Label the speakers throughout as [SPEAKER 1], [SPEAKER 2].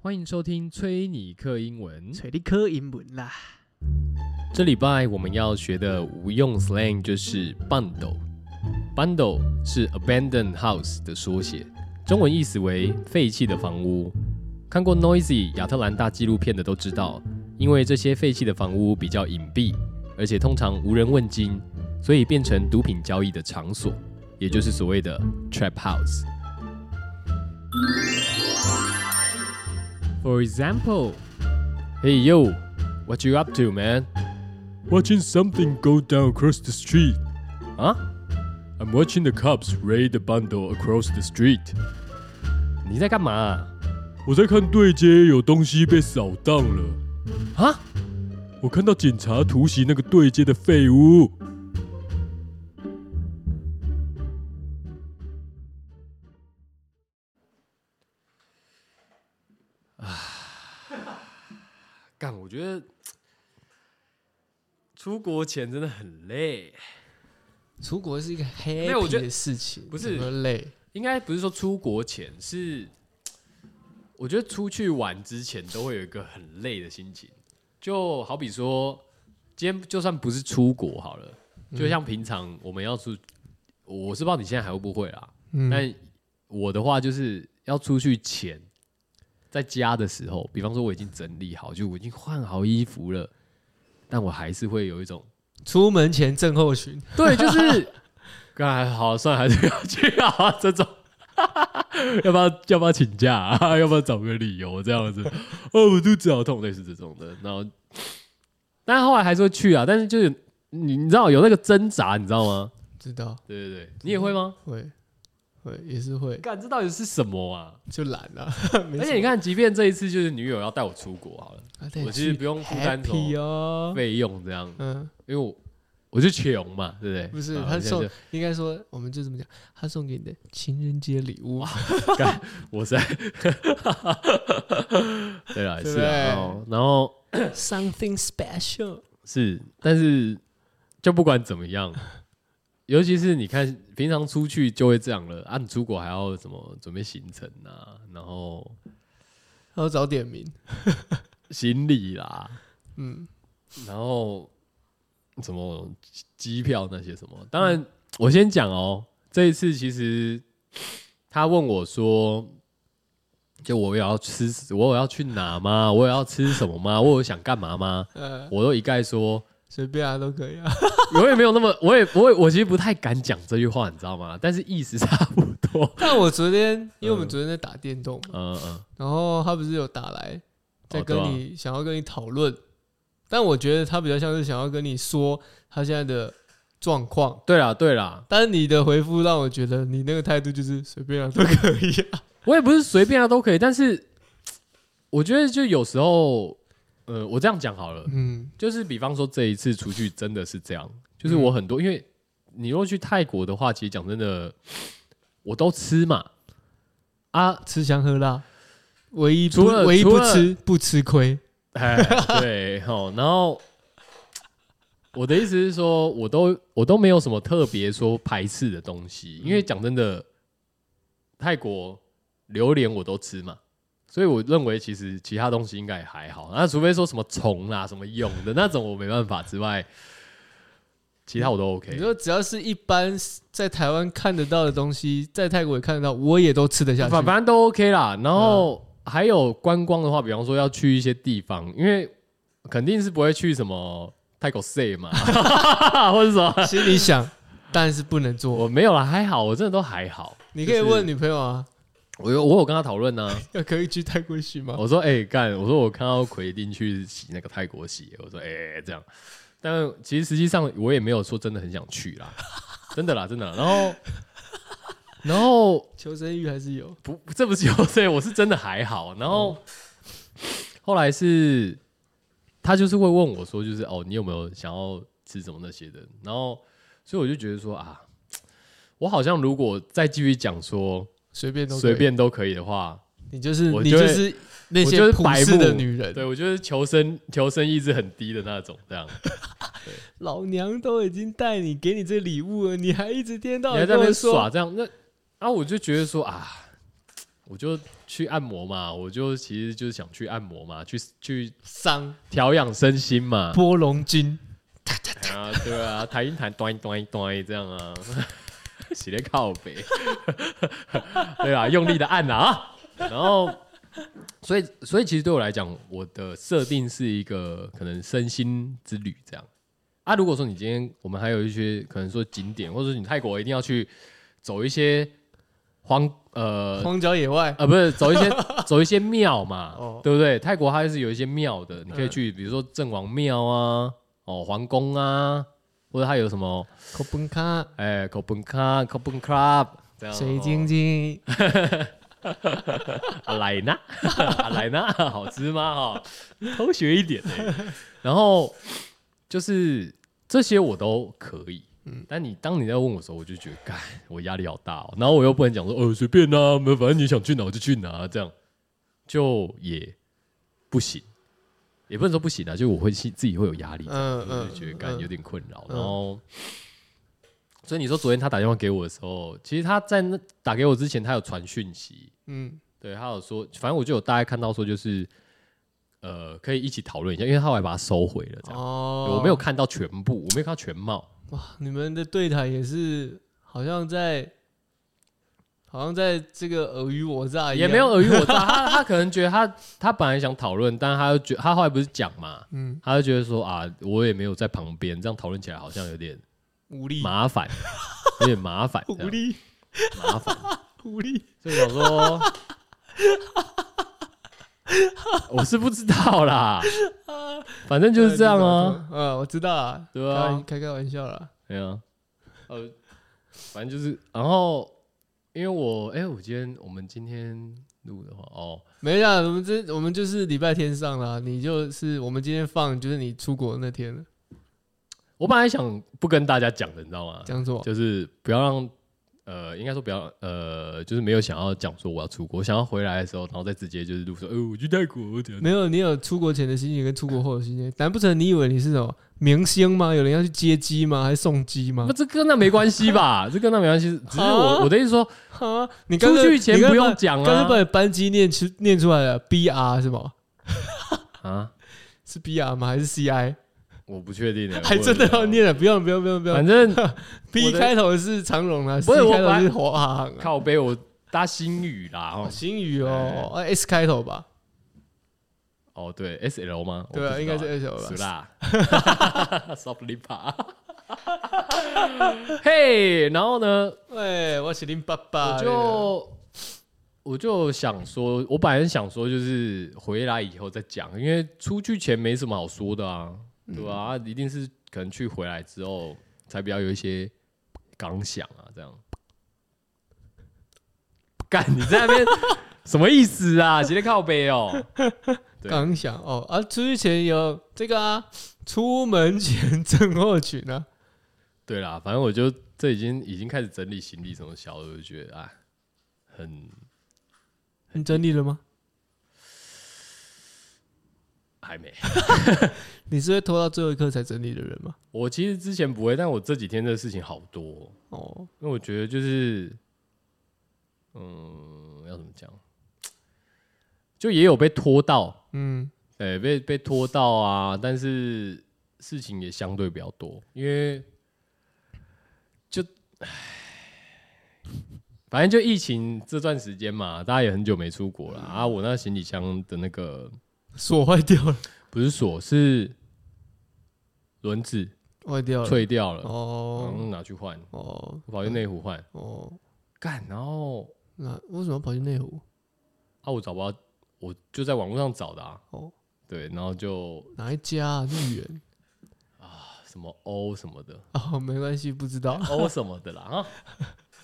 [SPEAKER 1] 欢迎收听崔尼克英文。
[SPEAKER 2] 嗯找你考英文啦。
[SPEAKER 1] 这礼拜我们要学的无用 slang 就是 bundle。bundle 是 abandoned house 的缩写，中文意思为废弃的房屋。看过 Noisy 亚特兰大纪录片的都知道，因为这些废弃的房屋比较隐蔽，而且通常无人问津，所以变成毒品交易的场所，也就是所谓的 trap house。For example, Hey yo, what you up to, man?
[SPEAKER 3] Watching something go down across the street.
[SPEAKER 1] Huh?
[SPEAKER 3] I'm watching the cops raid the bundle across the street.
[SPEAKER 1] 你在干嘛啊、
[SPEAKER 3] 我在看对街有东西被扫荡了。
[SPEAKER 1] 啊？
[SPEAKER 3] 我看到警察突袭那个对街的废物。
[SPEAKER 1] 干，我觉得出国前真的很累。
[SPEAKER 2] 出国是一个
[SPEAKER 1] 没有我
[SPEAKER 2] happy
[SPEAKER 1] 觉得
[SPEAKER 2] 的事情，
[SPEAKER 1] 不是
[SPEAKER 2] 怎么累，
[SPEAKER 1] 应该不是说出国前，是我觉得出去玩之前都会有一个很累的心情。就好比说，今天就算不是出国好了，就像平常我们要出，我是不知道你现在还会不会啦。
[SPEAKER 2] 嗯，
[SPEAKER 1] 但我的话就是要出去前，在家的时候，比方说我已经整理好，就我已经换好衣服了，但我还是会有一种
[SPEAKER 2] 出门前症候群，
[SPEAKER 1] 对，就是 刚才好算了还是要去啊，这种。 要不要要不要请假、啊？ 要不要找个理由这样子？ 哦，我肚子好痛，类似这种的。然后，但后来还是会去啊。但是就是你你知道有那个挣扎，你知道吗？
[SPEAKER 2] 知道
[SPEAKER 1] 对对对，你也会吗？
[SPEAKER 2] 会会也是会
[SPEAKER 1] 干，这到底是什么啊？
[SPEAKER 2] 就懒了，没
[SPEAKER 1] 而
[SPEAKER 2] 什
[SPEAKER 1] 且
[SPEAKER 2] 么
[SPEAKER 1] 你看，即便这一次就是女友要带我出国好了，
[SPEAKER 2] 啊对
[SPEAKER 1] 我其实
[SPEAKER 2] 去
[SPEAKER 1] 不用负担什么
[SPEAKER 2] happy 哦，
[SPEAKER 1] 费用这样，
[SPEAKER 2] 嗯，
[SPEAKER 1] 因为我我是穷嘛，对不对？
[SPEAKER 2] 不是
[SPEAKER 1] 啊
[SPEAKER 2] 他
[SPEAKER 1] 我现在
[SPEAKER 2] 送
[SPEAKER 1] 就，
[SPEAKER 2] 应该说我们就这么讲，他送给你的情人节礼物，
[SPEAKER 1] 我是， 对啦，也
[SPEAKER 2] 对
[SPEAKER 1] 是啊。哦然后
[SPEAKER 2] something special。
[SPEAKER 1] 是，但是就不管怎么样，尤其是你看平常出去就会这样了啊，你出国还要什么准备行程啊，然后
[SPEAKER 2] 然后早点名，
[SPEAKER 1] 行李啦，
[SPEAKER 2] 嗯，
[SPEAKER 1] 然后什么机机票那些什么。当然，我先讲哦，这一次其实他问我说，就我有要吃，我有要去哪吗？我有要吃什么吗？我有想干嘛吗？
[SPEAKER 2] 呃，
[SPEAKER 1] 我都一概说，
[SPEAKER 2] 随便啊都可以啊。
[SPEAKER 1] 我也没有那么，我也我也我其实不太敢讲这句话，你知道吗？但是意思差不多。
[SPEAKER 2] 但我昨天，因为我们昨天在打电动嘛，
[SPEAKER 1] 嗯嗯，
[SPEAKER 2] 然后他不是有打来，在跟
[SPEAKER 1] 对啊
[SPEAKER 2] 你、想要跟你讨论，但我觉得他比较像是想要跟你说他现在的状况。
[SPEAKER 1] 对啦对啦，
[SPEAKER 2] 但是你的回复让我觉得你那个态度就是随便啊都可以啊，
[SPEAKER 1] 我也不是随便啊都可以，但是我觉得就有时候，呃，我这样讲好了，
[SPEAKER 2] 嗯，
[SPEAKER 1] 就是比方说这一次出去真的是这样，就是我很多，因为你如果去泰国的话，其实讲真的，我都吃嘛啊，
[SPEAKER 2] 吃香喝辣，唯一不
[SPEAKER 1] 除了
[SPEAKER 2] 唯一
[SPEAKER 1] 除
[SPEAKER 2] 不
[SPEAKER 1] 了
[SPEAKER 2] 吃不吃亏，
[SPEAKER 1] 哎，对哦，然后我的意思是说，我都我都没有什么特别说排斥的东西，因为讲真的，泰国榴莲我都吃嘛。所以我认为，其实其他东西应该也还好。那除非说什么虫啦、什么蛹的那种，我没办法之外，其他我都 OK。
[SPEAKER 2] 你说只要是一般在台湾看得到的东西，在泰国也看得到，我也都吃得下
[SPEAKER 1] 反
[SPEAKER 2] 去。
[SPEAKER 1] 反正都 OK 啦。然后还有观光的话，比方说要去一些地方，因为肯定是不会去什么泰国 C 嘛，或者什么。
[SPEAKER 2] 心里想，但是不能 做。
[SPEAKER 1] 我没有啦，还好，我真的都还好。
[SPEAKER 2] 你可以
[SPEAKER 1] 就是
[SPEAKER 2] 问女朋友啊，
[SPEAKER 1] 我有我有跟他讨论呢，啊
[SPEAKER 2] 要可以去泰国洗吗？
[SPEAKER 1] 我说哎、干，我说我看到奎丁去洗那个泰国洗，我说哎、这样，但其实实际上我也没有说真的很想去啦， 真的啦真的啦。然后然后
[SPEAKER 2] 求生欲还是有。
[SPEAKER 1] 不，这不是有罪，我是真的还好。然后、后来是他就是会问我说，就是哦，你有没有想要吃什么那些的？然后所以我就觉得说啊，我好像如果再继续讲说
[SPEAKER 2] 随便都可以
[SPEAKER 1] 随，便都可以的话，
[SPEAKER 2] 你就是
[SPEAKER 1] 我
[SPEAKER 2] 你
[SPEAKER 1] 就
[SPEAKER 2] 就
[SPEAKER 1] 会
[SPEAKER 2] 是那
[SPEAKER 1] 我就
[SPEAKER 2] 些
[SPEAKER 1] 是
[SPEAKER 2] 普
[SPEAKER 1] 白
[SPEAKER 2] 世的
[SPEAKER 1] 目
[SPEAKER 2] 女人，
[SPEAKER 1] 对我觉得求生求生意志很低的那种，这 样
[SPEAKER 2] 老娘都已经带你给你这礼物了，你还一直天到
[SPEAKER 1] 你还
[SPEAKER 2] 晚
[SPEAKER 1] 在那
[SPEAKER 2] 跟我
[SPEAKER 1] 边耍
[SPEAKER 2] 说，
[SPEAKER 1] 这样，那啊我就觉得说啊，我就去按摩嘛，我就其实就是想去按摩嘛，去去
[SPEAKER 2] 桑
[SPEAKER 1] 调养身心嘛，
[SPEAKER 2] 波龙筋，
[SPEAKER 1] 啊，对啊，弹一弹，端一端一端一这样啊， 洗在靠背， 对啊，用力的按啊，然后，所以所以其实对我来讲，我的设定是一个可能身心之旅这样。啊，如果说你今天我们还有一些可能说景点，或者说你泰国一定要去走一些荒呃
[SPEAKER 2] 荒郊野外，
[SPEAKER 1] 啊，不是走一些走一些庙嘛，
[SPEAKER 2] 哦
[SPEAKER 1] 对不对？泰国它是有一些庙的，你可以
[SPEAKER 2] 嗯
[SPEAKER 1] 去，比如说郑王庙啊，哦，皇宫啊，或者它有什么，
[SPEAKER 2] 口崩卡，
[SPEAKER 1] 哎 k o p e n k a k o p e n Club 这样，
[SPEAKER 2] 水晶晶，
[SPEAKER 1] 哦阿莱纳，阿莱纳好吃吗？哈、偷学一点、 欸、然后就是这些我都可以。
[SPEAKER 2] 嗯
[SPEAKER 1] 但你当你在问我的时候，我就觉得，干， 我压力好大哦。然后我又不能讲说，呃，随便啊，没反正你想去哪就去哪，这样就也不行，也不能说不行啊，就我会心自己会有压力，
[SPEAKER 2] 嗯
[SPEAKER 1] 我
[SPEAKER 2] 嗯
[SPEAKER 1] 就觉得干有点困扰。
[SPEAKER 2] 嗯
[SPEAKER 1] 然后，所以你说昨天他打电话给我的时候，其实他在那打给我之前，他有传讯息，
[SPEAKER 2] 嗯
[SPEAKER 1] 对，他有说，反正我就有大概看到说，就是呃，可以一起讨论一下，因为他后来把它收回了，这样、
[SPEAKER 2] 哦，
[SPEAKER 1] 我没有看到全部，我没有看到全貌。
[SPEAKER 2] 哇，你们的对谈也是好像在，好像在这个尔虞我诈一
[SPEAKER 1] 也
[SPEAKER 2] 样，
[SPEAKER 1] 没有，尔虞我诈，他他可能觉得他他本来想讨论，但他又觉他后来不是讲嘛，
[SPEAKER 2] 嗯，
[SPEAKER 1] 他就觉得说啊，我也没有在旁边，这样讨论起来好像有点
[SPEAKER 2] 无力，
[SPEAKER 1] 麻烦，有点麻 烦，
[SPEAKER 2] 无力，
[SPEAKER 1] 这样麻烦，
[SPEAKER 2] 无力，
[SPEAKER 1] 所以想说，我是不知道 啦，反正就是这样啊，，
[SPEAKER 2] 嗯，我知道啊，
[SPEAKER 1] 对啊
[SPEAKER 2] 开开玩笑啦，
[SPEAKER 1] 对啊，呃，反正就是，然后因为我，哎、我今天我们今天录的话，哦，
[SPEAKER 2] 没啦，我们这我们就是礼拜天上啦，你就是我们今天放就是你出国那天了，
[SPEAKER 1] 我本来想不跟大家讲的，你知道吗？
[SPEAKER 2] 讲什么？
[SPEAKER 1] 啊就是不要让，呃，应该说不要，呃，就是没有想要讲说我要出国，想要回来的时候，然后再直接就是录说，哦、我去泰国，我怎样
[SPEAKER 2] 没有，你有出国前的心情跟出国后的心情，难不成你以为你是什么明星吗？有人要去接机吗？还是送机吗
[SPEAKER 1] 不，？这跟那没关系 吧？这跟那没关系，只是
[SPEAKER 2] 啊
[SPEAKER 1] 我我的意思说，
[SPEAKER 2] 啊，你刚
[SPEAKER 1] 出
[SPEAKER 2] 才
[SPEAKER 1] 去前
[SPEAKER 2] 你刚才
[SPEAKER 1] 不
[SPEAKER 2] 把
[SPEAKER 1] 用讲
[SPEAKER 2] 刚才把
[SPEAKER 1] 啊
[SPEAKER 2] 你班机念出念出来了，B R 是吗？
[SPEAKER 1] 啊，
[SPEAKER 2] 是 B R 吗？还是 C I？
[SPEAKER 1] 我不确定欸的，
[SPEAKER 2] 还
[SPEAKER 1] 呃我
[SPEAKER 2] 真的要，念了，不用不用不用不
[SPEAKER 1] 反
[SPEAKER 2] 用
[SPEAKER 1] 正
[SPEAKER 2] ，B
[SPEAKER 1] 我的
[SPEAKER 2] 开头的是长荣啦，C
[SPEAKER 1] 不是我
[SPEAKER 2] 开头
[SPEAKER 1] 本
[SPEAKER 2] 是
[SPEAKER 1] 来
[SPEAKER 2] 华航啊，
[SPEAKER 1] 靠背我搭新语 啦，哦
[SPEAKER 2] 哦新宇哦
[SPEAKER 1] 哎
[SPEAKER 2] 啊，S 开头吧，
[SPEAKER 1] 哦，对，S L 吗？
[SPEAKER 2] 对啊，应该是 S 吧
[SPEAKER 1] 死 啦 ，soft lipa。嘿，然后呢，
[SPEAKER 2] 喂，我是林爸爸，
[SPEAKER 1] 我就我就想说，我本来想说就是回来以后再讲，因为出去前没什么好说的啊，对吧、啊？一定是可能去回来之后才比较有一些感想啊，这样。 干，你在那边什么意思啊？直接靠背哦。对
[SPEAKER 2] 刚想哦啊，出去前有这个啊，出门前症候群啊，
[SPEAKER 1] 对啦，反正我就这已经已经开始整理行李什么小的，我就觉得啊，很
[SPEAKER 2] 你整理了吗？
[SPEAKER 1] 还没。
[SPEAKER 2] 你是会拖到最后一刻才整理的人吗？
[SPEAKER 1] 我其实之前不会，但我这几天的事情好多哦、
[SPEAKER 2] 哦，
[SPEAKER 1] 因为我觉得就是，嗯，要怎么讲，就也有被拖到，
[SPEAKER 2] 嗯，
[SPEAKER 1] 对，被被拖到啊，但是事情也相对比较多，因为就，唉反正就疫情这段时间嘛，大家也很久没出国了啊。我那行李箱的那个
[SPEAKER 2] 锁坏掉了，
[SPEAKER 1] 不是锁，是轮子
[SPEAKER 2] 坏掉了，
[SPEAKER 1] 脆掉了，然
[SPEAKER 2] 哦
[SPEAKER 1] 后拿去换，
[SPEAKER 2] 哦
[SPEAKER 1] 我跑去内湖换，
[SPEAKER 2] 哦，
[SPEAKER 1] 干，然后
[SPEAKER 2] 那为什么要跑去内湖？
[SPEAKER 1] 啊，我找不到，我就在网络上找的啊。
[SPEAKER 2] 哦
[SPEAKER 1] 对，然后就
[SPEAKER 2] 哪一家啊？那么远
[SPEAKER 1] 什么 O 什么的
[SPEAKER 2] 哦，没关系，不知道。
[SPEAKER 1] ，O 什么的啦啊，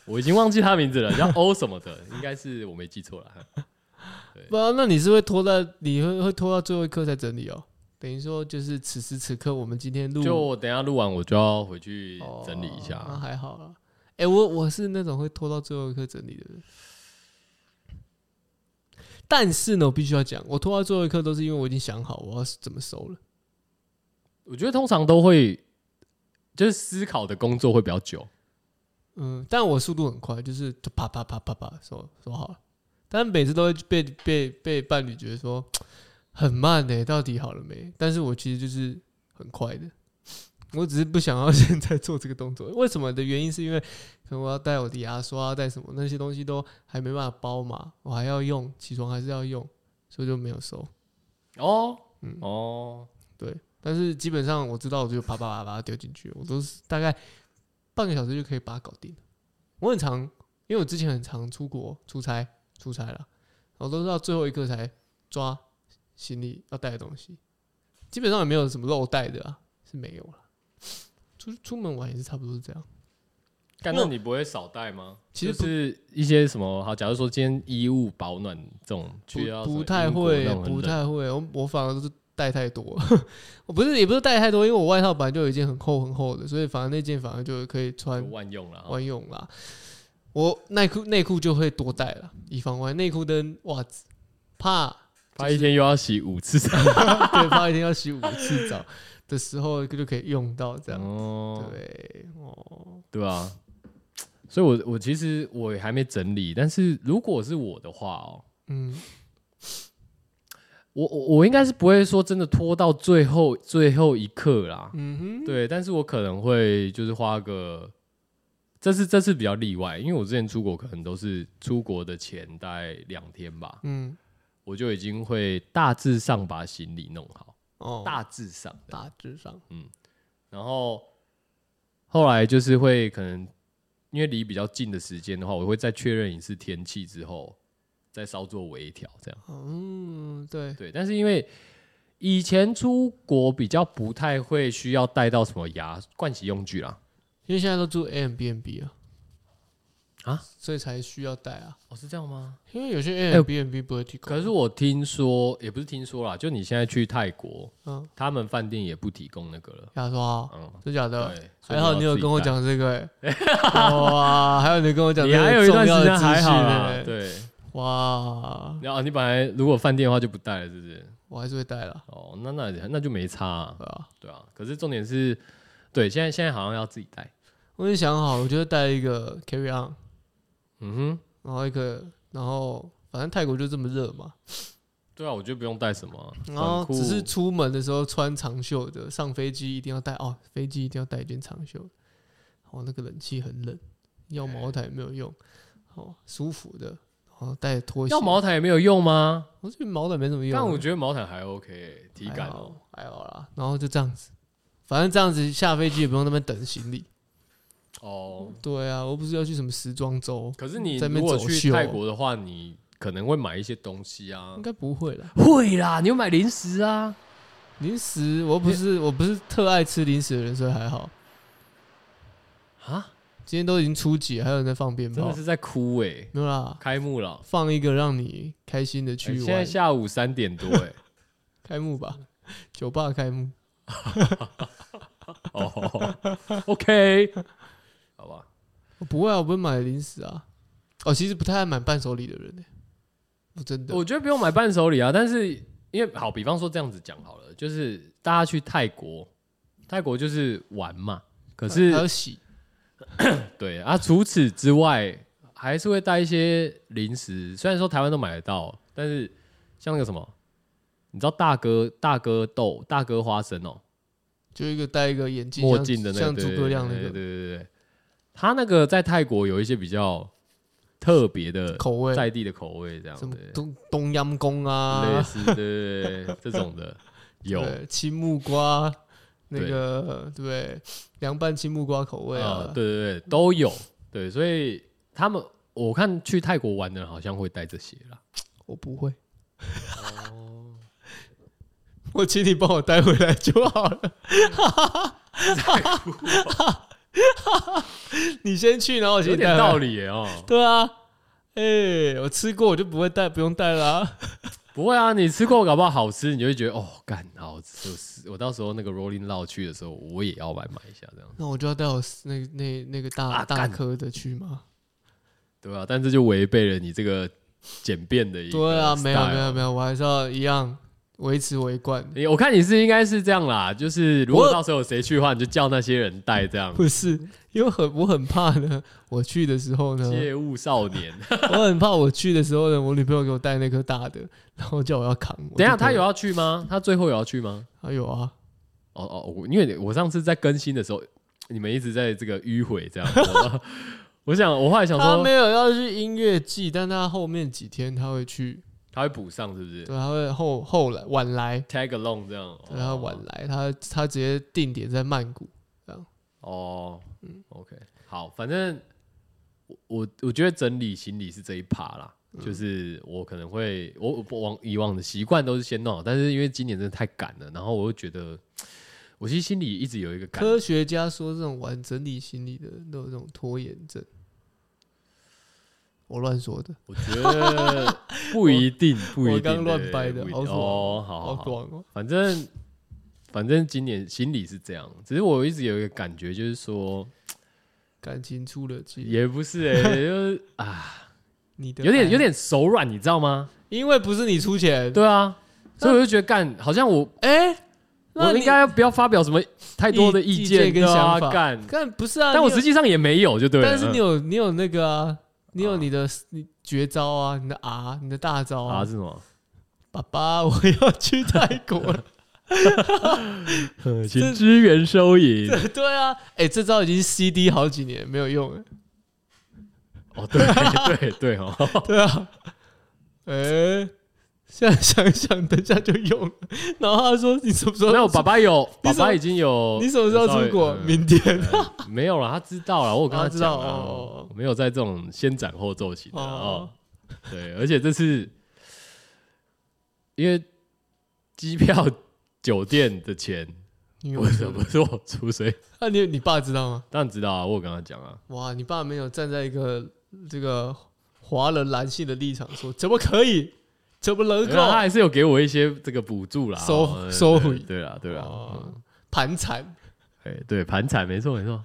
[SPEAKER 1] 我已经忘记他名字了，叫 O 什么的， 应该是我没记错了。
[SPEAKER 2] 不然，啊那你是会拖到你会会拖到最后一刻才整理哦？等于说就是此时此刻，我们今天录
[SPEAKER 1] 就我等一下录完，我就要回去
[SPEAKER 2] 哦
[SPEAKER 1] 整理一下。
[SPEAKER 2] 那还好啦。哎、我我是那种会拖到最后一刻整理的人，但是呢，我必须要讲，我拖到最后一刻都是因为我已经想好我要怎么收了。
[SPEAKER 1] 我觉得通常都会，就是思考的工作会比较久。
[SPEAKER 2] 嗯，但我速度很快，就是就啪啪啪啪啪收收好了。但每次都会被被被伴侣觉得说很慢呢、到底好了没？但是我其实就是很快的，我只是不想要现在做这个动作。为什么的原因是因为可能我要带我的牙刷，带什么那些东西都还没办法包嘛，我还要用，起床还是要用，所以就没有收。
[SPEAKER 1] 哦
[SPEAKER 2] 嗯，
[SPEAKER 1] 哦，
[SPEAKER 2] 对，但是基本上我知道，我就啪啪啪把它丢进去，我都是大概半个小时就可以把它搞定。我很常，因为我之前很常出国出差，出差了，我都是到最后一刻才抓行李要带的东西，基本上也没有什么漏带的啊，是没有了。出出门玩也是差不多是这样。
[SPEAKER 1] 干
[SPEAKER 2] 那
[SPEAKER 1] 那你不会少带吗？
[SPEAKER 2] 其实不
[SPEAKER 1] 就是一些什么好，假如说今天衣物保暖这种，去到什
[SPEAKER 2] 不
[SPEAKER 1] 么
[SPEAKER 2] 不太
[SPEAKER 1] 英国
[SPEAKER 2] 会
[SPEAKER 1] 那，种很
[SPEAKER 2] 不
[SPEAKER 1] 冷
[SPEAKER 2] 太会。我我反而都是带太多， 我不是也不是带太多，因为我外套本来就有一件很厚很厚的，所以反而那件反而就可以穿
[SPEAKER 1] 就万用了啊。
[SPEAKER 2] 万用啦。我内裤内裤就会多带了，以防万一内裤跟袜子， 怕
[SPEAKER 1] 他一天又要洗五次澡，
[SPEAKER 2] 对怕一天要洗五次澡的时候就可以用到 这样。
[SPEAKER 1] 哦，
[SPEAKER 2] 对哦，
[SPEAKER 1] 对啊。所以我，我其实我还没整理，但是如果是我的话哦，
[SPEAKER 2] 嗯，
[SPEAKER 1] 我我我应该是不会说真的拖到最后最后一刻啦，
[SPEAKER 2] 嗯
[SPEAKER 1] 对，但是我可能会就是花个，这是这是比较例外，因为我之前出国可能都是出国的前大概两天吧，
[SPEAKER 2] 嗯
[SPEAKER 1] 我就已经会大致上把行李弄好，
[SPEAKER 2] 哦，
[SPEAKER 1] 大致上的，
[SPEAKER 2] 大致上，
[SPEAKER 1] 然后后来就是会可能因为离比较近的时间的话，我会再确认一次天气之后，再稍作微调这样。
[SPEAKER 2] 嗯，对，
[SPEAKER 1] 对，但是因为以前出国比较不太会需要带到什么牙盥洗用具啦。
[SPEAKER 2] 因为现在都住 A M B N B 啊，
[SPEAKER 1] 啊，哎
[SPEAKER 2] 所以才需要带啊，
[SPEAKER 1] 哦，是这样吗？
[SPEAKER 2] 因为有些 A M B N B 不会提供。
[SPEAKER 1] 可是我听说，也不是听说啦，就你现在去泰国，
[SPEAKER 2] 嗯，
[SPEAKER 1] 他们饭店也不提供那个了。
[SPEAKER 2] 他说啊，
[SPEAKER 1] 嗯，
[SPEAKER 2] 真假的？
[SPEAKER 1] 对，所以
[SPEAKER 2] 还好你有
[SPEAKER 1] 自己
[SPEAKER 2] 跟我
[SPEAKER 1] 带，
[SPEAKER 2] 讲这个、欸，哇！还有你跟我讲这
[SPEAKER 1] 你
[SPEAKER 2] 个重
[SPEAKER 1] 还
[SPEAKER 2] 要
[SPEAKER 1] 有
[SPEAKER 2] 的
[SPEAKER 1] 一
[SPEAKER 2] 资讯欸，哎啊
[SPEAKER 1] 段时间还好啦。对，
[SPEAKER 2] 哇，
[SPEAKER 1] 然后你本来如果饭店的话就不带了，是不是？
[SPEAKER 2] 我还是会带了，
[SPEAKER 1] 哦，那那那就没差啊、
[SPEAKER 2] 对吧？
[SPEAKER 1] 对啊。可是重点是，对，现在现在好像要自己带。
[SPEAKER 2] 我已经想好，我就带一个 carry on，
[SPEAKER 1] 嗯哼，
[SPEAKER 2] 然后一个，然后反正泰国就这么热嘛，
[SPEAKER 1] 对啊，我觉得不用带什么啊、
[SPEAKER 2] 然后
[SPEAKER 1] 短裤
[SPEAKER 2] 只是出门的时候穿长袖的，上飞机一定要带哦，飞机一定要带一件长袖。哦，那个冷气很冷，要毛毯也没有用，哦，舒服的，然后带拖鞋。
[SPEAKER 1] 要毛毯也没有用吗？
[SPEAKER 2] 我觉得毛毯没什么用啊，
[SPEAKER 1] 但我觉得毛毯还 OK，、体感
[SPEAKER 2] 还
[SPEAKER 1] 哦、
[SPEAKER 2] 好还好啦。然后就这样子，反正这样子下飞机也不用那边等行李。
[SPEAKER 1] 哦。
[SPEAKER 2] 对啊，我不是要去什么时装周，
[SPEAKER 1] 可是你
[SPEAKER 2] 在那边
[SPEAKER 1] 如果
[SPEAKER 2] 走
[SPEAKER 1] 去
[SPEAKER 2] 秀
[SPEAKER 1] 泰国的话，你可能会买一些东西啊
[SPEAKER 2] 应。该不会啦。
[SPEAKER 1] 会啦，你有买零食啊？
[SPEAKER 2] 零食我不是我不是特爱吃零食的人，所以还好。
[SPEAKER 1] 啊，
[SPEAKER 2] 今天都已经初几了，还有人在放鞭
[SPEAKER 1] 真
[SPEAKER 2] 炮
[SPEAKER 1] 的，是在哭哎、
[SPEAKER 2] 没有啦，
[SPEAKER 1] 开幕了，
[SPEAKER 2] 放一个让你开心的
[SPEAKER 1] 哎
[SPEAKER 2] 去
[SPEAKER 1] 现在。
[SPEAKER 2] 玩
[SPEAKER 1] 下午三点多 哎、
[SPEAKER 2] 开幕吧， 酒吧开幕。
[SPEAKER 1] 哦，OK，好吧，
[SPEAKER 2] 我不会啊，我不会买零食啊。哦，其实不太爱买伴手礼的人呢、我真的
[SPEAKER 1] 我觉得不用买伴手礼啊，但是因为好，比方说这样子讲好了，就是大家去泰国，泰国就是玩嘛，可是
[SPEAKER 2] 还有喜
[SPEAKER 1] 对啊，除此之外，还是会带一些零食。虽然说台湾都买得到，但是像那个什么，你知道大哥大哥豆、大哥花生哦、
[SPEAKER 2] 就一个戴一个眼镜
[SPEAKER 1] 墨
[SPEAKER 2] 像
[SPEAKER 1] 镜的那个，
[SPEAKER 2] 像
[SPEAKER 1] 对
[SPEAKER 2] 诸葛亮那
[SPEAKER 1] 对对
[SPEAKER 2] 个
[SPEAKER 1] 对对对，他那个在泰国有一些比较特别的
[SPEAKER 2] 口味，
[SPEAKER 1] 在地的口味，这样
[SPEAKER 2] 什么
[SPEAKER 1] 对，
[SPEAKER 2] 东东阳宫啊
[SPEAKER 1] 类，似对对对对这种的有
[SPEAKER 2] 对青木瓜那
[SPEAKER 1] 对
[SPEAKER 2] 个对不对？凉拌青木瓜口味啊
[SPEAKER 1] 呃，对对对都有对，所以他们我看去泰国玩的人好像会带这些啦。
[SPEAKER 2] 我不会。哦我请你帮我带回来就好了。你先去，然后我请
[SPEAKER 1] 有
[SPEAKER 2] 你带
[SPEAKER 1] 点
[SPEAKER 2] 回来
[SPEAKER 1] 道。理耶哦、
[SPEAKER 2] 对啊，哎、我吃过，我就不会带，不用带啦、
[SPEAKER 1] 不会啊，你吃过搞不好好吃，你就会觉得哦，干好吃。就是我到时候那个 Rolling Loud 去的时候，我也要来买一下这样，
[SPEAKER 2] 那我就要带我那那那个大、
[SPEAKER 1] 啊
[SPEAKER 2] 大
[SPEAKER 1] 干
[SPEAKER 2] 颗的去吗？
[SPEAKER 1] 对啊，但这就违背了你这个简便的一个
[SPEAKER 2] 对啊，没有
[SPEAKER 1] style
[SPEAKER 2] 没有没有，我还是要一样维持为冠。
[SPEAKER 1] 诶我看你是应该是这样啦，就是如果
[SPEAKER 2] 我
[SPEAKER 1] 到时候有谁去的话，你就叫那些人带这样。
[SPEAKER 2] 不是，因为很我很怕呢。我去的时候呢，
[SPEAKER 1] 借物少年，
[SPEAKER 2] 我很怕我去的时候呢，我女朋友给我带那颗大的，然后叫我要扛。我就
[SPEAKER 1] 等一下
[SPEAKER 2] 不
[SPEAKER 1] 他有，要去吗？他最后有要去吗？
[SPEAKER 2] 他有啊，
[SPEAKER 1] 哦哦，我因为我上次在更新的时候，你们一直在这个迂回这样。 我我想，我后来想
[SPEAKER 2] 他
[SPEAKER 1] 说
[SPEAKER 2] 没有要去音乐季，但他后面几天他会去，
[SPEAKER 1] 他会补上是不是
[SPEAKER 2] 对，他会后后来晚来，
[SPEAKER 1] ？Tag along 这样，
[SPEAKER 2] 对，他
[SPEAKER 1] 哦
[SPEAKER 2] 晚来，他他直接定点在曼谷。
[SPEAKER 1] 哦，嗯，OK，好，反正我我我觉得整理行李是这一趴啦，
[SPEAKER 2] 嗯
[SPEAKER 1] 就是我可能会我我我往以往的习惯都是先弄好，但是因为今年真的太赶了，然后我又觉得我其实心里一直有一个感，
[SPEAKER 2] 科学家说，这种玩整理行李的人都有这种拖延症。我乱说的，
[SPEAKER 1] 我觉得不一定，不一定，
[SPEAKER 2] 我刚乱
[SPEAKER 1] 对
[SPEAKER 2] 掰的
[SPEAKER 1] 不一
[SPEAKER 2] 好爽
[SPEAKER 1] 哦，好
[SPEAKER 2] 好
[SPEAKER 1] 好好，
[SPEAKER 2] 短哦。
[SPEAKER 1] 反正反正今年心里是这样，只是我一直有一个感觉，就是说
[SPEAKER 2] 感情出了界，
[SPEAKER 1] 也不是 哎、就是啊
[SPEAKER 2] 你的
[SPEAKER 1] 有点
[SPEAKER 2] 爱
[SPEAKER 1] 有，点手软，你知道吗？
[SPEAKER 2] 因为不是你出钱，
[SPEAKER 1] 对啊，所以我就觉得干，好像我
[SPEAKER 2] 哎、那
[SPEAKER 1] 我
[SPEAKER 2] 你
[SPEAKER 1] 应该不要发表什么太多的意
[SPEAKER 2] 意
[SPEAKER 1] 见
[SPEAKER 2] 见跟
[SPEAKER 1] 对啊
[SPEAKER 2] 想法
[SPEAKER 1] 干，
[SPEAKER 2] 但不是啊，
[SPEAKER 1] 但我
[SPEAKER 2] 你有
[SPEAKER 1] 实际上也没有，就对了。
[SPEAKER 2] 但是
[SPEAKER 1] 嗯
[SPEAKER 2] 你有你有那个啊，你有
[SPEAKER 1] 啊
[SPEAKER 2] 你的 s- 你绝招啊，你的啊，你的大招
[SPEAKER 1] 啊
[SPEAKER 2] 啊
[SPEAKER 1] 是，什么？
[SPEAKER 2] 爸爸，我要去泰国 了，
[SPEAKER 1] 请支援收银。
[SPEAKER 2] 对啊，哎、这招已经 CD 好几年没有用了，
[SPEAKER 1] 哦，对对对 哦，
[SPEAKER 2] 对啊，哎、现在想一想，等一下就用了。然后他说：“你什么时候？
[SPEAKER 1] 没有爸爸有，
[SPEAKER 2] 你
[SPEAKER 1] 爸
[SPEAKER 2] 什么
[SPEAKER 1] 爸已经有。
[SPEAKER 2] 你什么时候
[SPEAKER 1] 稍微
[SPEAKER 2] 出国？
[SPEAKER 1] 嗯
[SPEAKER 2] 明天。
[SPEAKER 1] 没有了，他知道了，我有跟
[SPEAKER 2] 啊
[SPEAKER 1] 他
[SPEAKER 2] 知道
[SPEAKER 1] 讲了，
[SPEAKER 2] 哦
[SPEAKER 1] 我没有在这种先斩后奏型的哦
[SPEAKER 2] 哦。
[SPEAKER 1] 对，而且这次因为机票、酒店的钱，
[SPEAKER 2] 你有
[SPEAKER 1] 我怎么是我出，所以
[SPEAKER 2] 那你你爸知道吗？
[SPEAKER 1] 当然知道啊，我有跟他讲啊。
[SPEAKER 2] 哇，你爸没有站在一个这个华人男性的立场说，怎么可以？怎么能
[SPEAKER 1] 没有啊他
[SPEAKER 2] 够哦
[SPEAKER 1] 还是有给我一些这个补助啦，
[SPEAKER 2] 收
[SPEAKER 1] 哦
[SPEAKER 2] 收回
[SPEAKER 1] 对啦，对啦，嗯
[SPEAKER 2] 哦盘缠？
[SPEAKER 1] 哎，对盘产没错没错，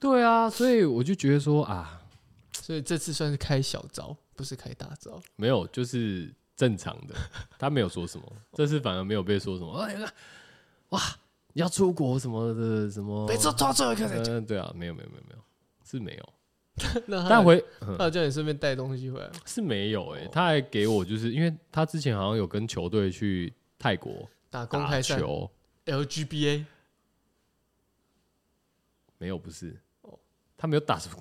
[SPEAKER 1] 对啊，所以我就觉得说啊，
[SPEAKER 2] 所以这次算是开小招，不是开大招。
[SPEAKER 1] 没有就是正常的， 他没有说什么，这次反而没有被说什么，哎呀，哇，你要出国什么的什么，
[SPEAKER 2] 每次抓最后一个才讲。
[SPEAKER 1] 嗯，对啊，没有没有没有没有，是没有，
[SPEAKER 2] 那他
[SPEAKER 1] 但回嗯
[SPEAKER 2] 那叫你顺便带东西回来。
[SPEAKER 1] 是没有哎、
[SPEAKER 2] 哦
[SPEAKER 1] 他还给我就是因为他之前好像有跟球队去泰国
[SPEAKER 2] 打公
[SPEAKER 1] 打
[SPEAKER 2] 开赛
[SPEAKER 1] 球，
[SPEAKER 2] LGBA
[SPEAKER 1] 没有，不是
[SPEAKER 2] 哦，
[SPEAKER 1] 他没有打什么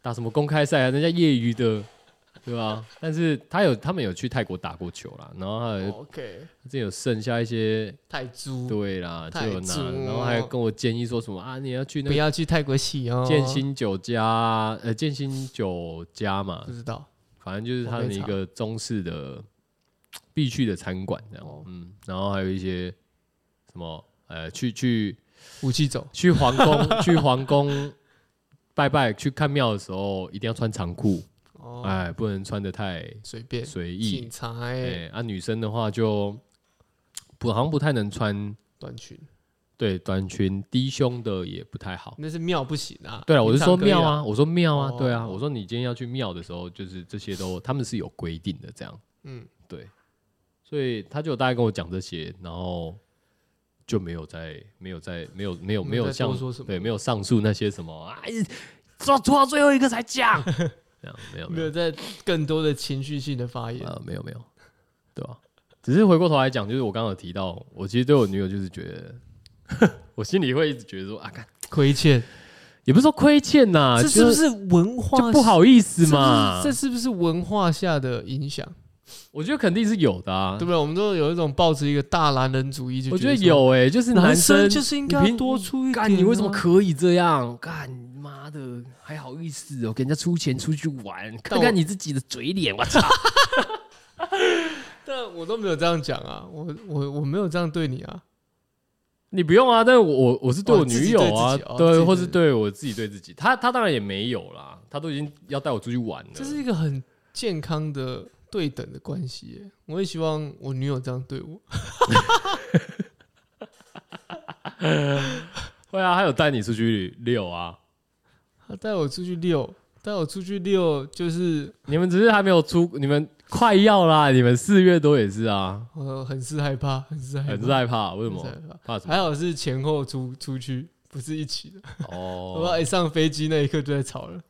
[SPEAKER 1] 打什么公开赛啊，人家业余的，对吧、但是他有他们有去泰国打过球啦，然后还有、
[SPEAKER 2] OK
[SPEAKER 1] 之前有剩下一些
[SPEAKER 2] 泰铢，
[SPEAKER 1] 对啦，就
[SPEAKER 2] 泰
[SPEAKER 1] 有拿，
[SPEAKER 2] 铢
[SPEAKER 1] 然后还跟我建议说什么啊，你要去那
[SPEAKER 2] 不
[SPEAKER 1] 个
[SPEAKER 2] 要去泰国洗哦。
[SPEAKER 1] 建新酒家，呃，建新酒家嘛
[SPEAKER 2] 不，知道
[SPEAKER 1] 反正就是他们一个中式的必去的餐馆这样
[SPEAKER 2] 哦，
[SPEAKER 1] 嗯，然后还有一些什么呃，去去
[SPEAKER 2] 武器走
[SPEAKER 1] 去皇宫 去皇宫拜拜去看庙的时候，一定要穿长裤，
[SPEAKER 2] 哦，
[SPEAKER 1] 哎，不能穿的太
[SPEAKER 2] 随便
[SPEAKER 1] 随
[SPEAKER 2] 警
[SPEAKER 1] 意。
[SPEAKER 2] 察欸
[SPEAKER 1] 哎，啊，女生的话就不好像不太能穿，
[SPEAKER 2] 短裙，
[SPEAKER 1] 对，短裙低胸的也不太好。
[SPEAKER 2] 那是庙不行啊。
[SPEAKER 1] 对了，我是
[SPEAKER 2] 平常
[SPEAKER 1] 说
[SPEAKER 2] 可以啦
[SPEAKER 1] 庙啊，我说庙啊
[SPEAKER 2] 哦，
[SPEAKER 1] 对啊，我说你今天要去庙的时候，就是这些都他们是有规定的，这样，
[SPEAKER 2] 嗯，
[SPEAKER 1] 对，所以他就大概跟我讲这些，然后就没有再没有再没有没有没有
[SPEAKER 2] 再多
[SPEAKER 1] 像
[SPEAKER 2] 说什么
[SPEAKER 1] 对，没有上述那些什 么啊，抓抓到最后一个才讲，这样没有没
[SPEAKER 2] 没
[SPEAKER 1] 有
[SPEAKER 2] 有在更多的情绪性的发言。
[SPEAKER 1] 啊，没有没有，对吧、只是回过头来讲，就是我刚刚有提到，我其实对我女友就是觉得， 我心里会一直觉得说啊，干
[SPEAKER 2] 亏欠，
[SPEAKER 1] 也不是说亏欠呐、
[SPEAKER 2] 这
[SPEAKER 1] 就是
[SPEAKER 2] 不是文化
[SPEAKER 1] 就不好意思嘛？
[SPEAKER 2] 这是不是文化下的影响？
[SPEAKER 1] 我觉得肯定是有的啊
[SPEAKER 2] 对不，对？我们都有一种抱持一个大男人主义，就
[SPEAKER 1] 我觉
[SPEAKER 2] 觉
[SPEAKER 1] 得
[SPEAKER 2] 说
[SPEAKER 1] 有哎、就是
[SPEAKER 2] 男
[SPEAKER 1] 生
[SPEAKER 2] 生就是应该
[SPEAKER 1] 你
[SPEAKER 2] 要
[SPEAKER 1] 凭
[SPEAKER 2] 多出一点啊。
[SPEAKER 1] 干，你为什么可以这样？干妈的，还好意思哦，给人家出钱出去玩，看
[SPEAKER 2] 我
[SPEAKER 1] 看你自己的嘴脸，我操！
[SPEAKER 2] 但我都没有这样讲啊，我我我没有这样对你啊。
[SPEAKER 1] 你不用啊，但我我我是对
[SPEAKER 2] 哦
[SPEAKER 1] 我
[SPEAKER 2] 自
[SPEAKER 1] 女
[SPEAKER 2] 己
[SPEAKER 1] 友
[SPEAKER 2] 对
[SPEAKER 1] 啊，
[SPEAKER 2] 自己哦自
[SPEAKER 1] 对，
[SPEAKER 2] 己
[SPEAKER 1] 或
[SPEAKER 2] 对
[SPEAKER 1] 是
[SPEAKER 2] 自己
[SPEAKER 1] 对我自己对自己，她她当然也没有啦，她都已经要带我出去玩了，
[SPEAKER 2] 这是一个很健康的对等的关系耶。我也希望我女友这样对我。
[SPEAKER 1] 会啊，她有带你出去遛啊，
[SPEAKER 2] 她带我出去遛，带我出去遛就是
[SPEAKER 1] 你们只是还没有出，你们快要啦！你们四月多也是啊，
[SPEAKER 2] 我呃很是害怕，很是害
[SPEAKER 1] 很
[SPEAKER 2] 怕，
[SPEAKER 1] 是害怕，为什
[SPEAKER 2] 很哎是
[SPEAKER 1] 么？
[SPEAKER 2] 害怕。
[SPEAKER 1] 怕什么？
[SPEAKER 2] 还好是前后出出去，不是一起的。我
[SPEAKER 1] 哦
[SPEAKER 2] 怕一上飞机那一刻就在吵了，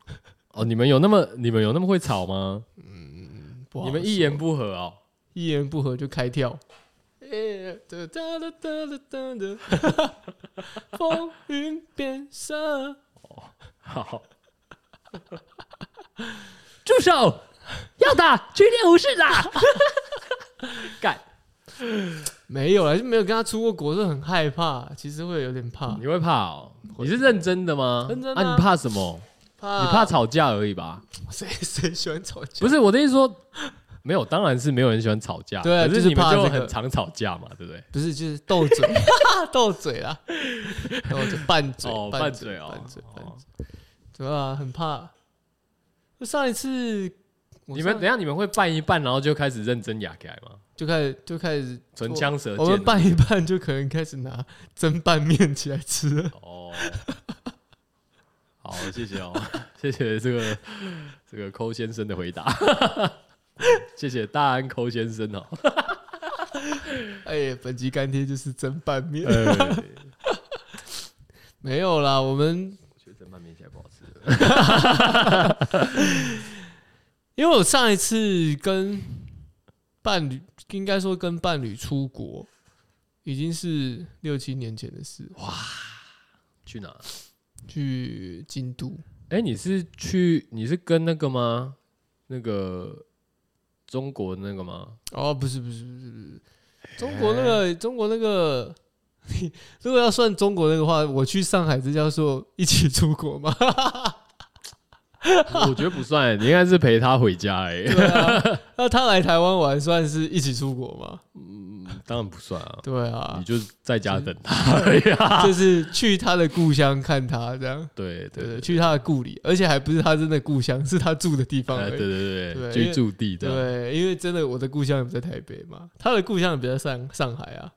[SPEAKER 1] 哦，你们有那么你们有那么会吵吗？
[SPEAKER 2] 不好
[SPEAKER 1] 你们一言
[SPEAKER 2] 说
[SPEAKER 1] 不合哦，
[SPEAKER 2] 一言不合就开跳。哎哒哒哒哒哒哒哒， 风云变色。
[SPEAKER 1] 好， 住手！要打去练武士 啦！ 干，
[SPEAKER 2] 没有啦，就没有跟他出过国，是很害怕，其实会有点怕，
[SPEAKER 1] 你会怕哦？你是认真的吗？
[SPEAKER 2] 啊认真啊呃
[SPEAKER 1] 啊！你怕什么？
[SPEAKER 2] 怕
[SPEAKER 1] 你怕吵架而已吧？
[SPEAKER 2] 谁谁喜欢吵架？
[SPEAKER 1] 不是我的意思说，没有，当然是没有人喜欢吵架，
[SPEAKER 2] 对啊
[SPEAKER 1] 可
[SPEAKER 2] 就是是
[SPEAKER 1] 你们
[SPEAKER 2] 怕
[SPEAKER 1] 就
[SPEAKER 2] 这个
[SPEAKER 1] 很常吵架嘛，对不对？
[SPEAKER 2] 不是，就是斗嘴， 斗嘴啦，斗嘴，拌嘴，
[SPEAKER 1] 哦
[SPEAKER 2] 拌
[SPEAKER 1] 拌嘴哦
[SPEAKER 2] 拌嘴，
[SPEAKER 1] 哦
[SPEAKER 2] 拌嘴，对啊，很怕。就上一次，我
[SPEAKER 1] 你们
[SPEAKER 2] 上
[SPEAKER 1] 等一下你们会拌一拌，然后就开始认真哑起来吗？
[SPEAKER 2] 就开始就开始
[SPEAKER 1] 唇枪舌
[SPEAKER 2] 我，
[SPEAKER 1] 剑
[SPEAKER 2] 我们
[SPEAKER 1] 的。
[SPEAKER 2] 拌一拌，就可能开始拿蒸拌面起来吃了。
[SPEAKER 1] 哦，好，谢谢哦， 谢谢这个这个抠先生的回答， 谢谢大安抠先生哦。
[SPEAKER 2] 哎，本集干爹就是蒸拌面，
[SPEAKER 1] 呃，
[SPEAKER 2] 哎 没有啦，我们
[SPEAKER 1] 我觉得蒸拌面现在不好吃。
[SPEAKER 2] 因为我上一次跟伴侣，应该说跟伴侣出国，已经是六七年前的事，
[SPEAKER 1] 去哪？
[SPEAKER 2] 去京都。
[SPEAKER 1] 哎、你是去你是跟那个吗？那个中国那个吗？
[SPEAKER 2] 哦，不是不是不是不是，中国那个中国那个， 如果要算中国那个话，我去上海这叫做一起出国吗？
[SPEAKER 1] 我觉得不算，你应该是陪他回家哎、
[SPEAKER 2] 对啊，那他来台湾玩算是一起出国吗？
[SPEAKER 1] 当然不算啊，
[SPEAKER 2] 对啊
[SPEAKER 1] 你，就在家等 他而已啊。
[SPEAKER 2] 就是去他的故乡看他这样。
[SPEAKER 1] 对对
[SPEAKER 2] 对
[SPEAKER 1] 对
[SPEAKER 2] 对，，去他的故里，而且还不是他真的故乡，是他住的地方而
[SPEAKER 1] 哎
[SPEAKER 2] 已。
[SPEAKER 1] 对对对，
[SPEAKER 2] 对
[SPEAKER 1] 居住地这样。
[SPEAKER 2] 对，因为真的我的故乡也不在台北嘛，他的故乡也不在上上海啊，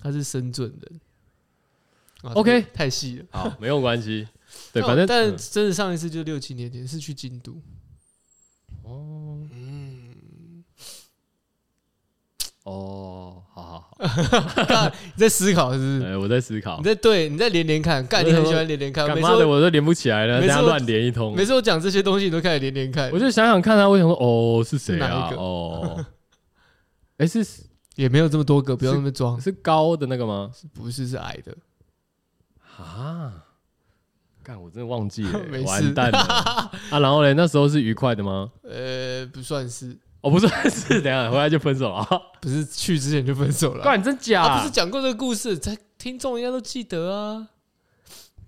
[SPEAKER 2] 他是深圳人。啊
[SPEAKER 1] OK
[SPEAKER 2] 太太细了。
[SPEAKER 1] 好，没有关 系。对，
[SPEAKER 2] 但
[SPEAKER 1] 反正
[SPEAKER 2] 但
[SPEAKER 1] 嗯
[SPEAKER 2] 真的上一次就六七年前是去京都，嗯
[SPEAKER 1] 哦，好好好，
[SPEAKER 2] 你在思考是不是？
[SPEAKER 1] 哎，我在思考
[SPEAKER 2] 你，在对，你在连连看，干，
[SPEAKER 1] 我
[SPEAKER 2] 你很
[SPEAKER 1] 想
[SPEAKER 2] 喜
[SPEAKER 1] 说
[SPEAKER 2] 欢连连看，
[SPEAKER 1] 干
[SPEAKER 2] 每次
[SPEAKER 1] 妈的
[SPEAKER 2] 我
[SPEAKER 1] 我都连不起来了，
[SPEAKER 2] 每
[SPEAKER 1] 大
[SPEAKER 2] 次
[SPEAKER 1] 家
[SPEAKER 2] 我
[SPEAKER 1] 乱连一通
[SPEAKER 2] 每。次我讲这些东西，你都开始连连看
[SPEAKER 1] 我，就想想看他，我想说，哦，是谁
[SPEAKER 2] 是哪
[SPEAKER 1] 啊
[SPEAKER 2] 一？个
[SPEAKER 1] 哦， 哎，是
[SPEAKER 2] 也没有这么多个，不要那么装，
[SPEAKER 1] 是高的那个吗？
[SPEAKER 2] 不是是矮的，
[SPEAKER 1] 啊，干，我真的忘记
[SPEAKER 2] 没
[SPEAKER 1] 了，
[SPEAKER 2] 事
[SPEAKER 1] 完蛋了啊！然后嘞，那时候是愉快的吗？
[SPEAKER 2] 呃，不算是，
[SPEAKER 1] 哦，不是， 是等一下回来就分手 啊？
[SPEAKER 2] 不是去之前就分手了啊。
[SPEAKER 1] 干，真
[SPEAKER 2] 啊，
[SPEAKER 1] 假
[SPEAKER 2] 不是？讲过这个故事，在听众应该都记得啊，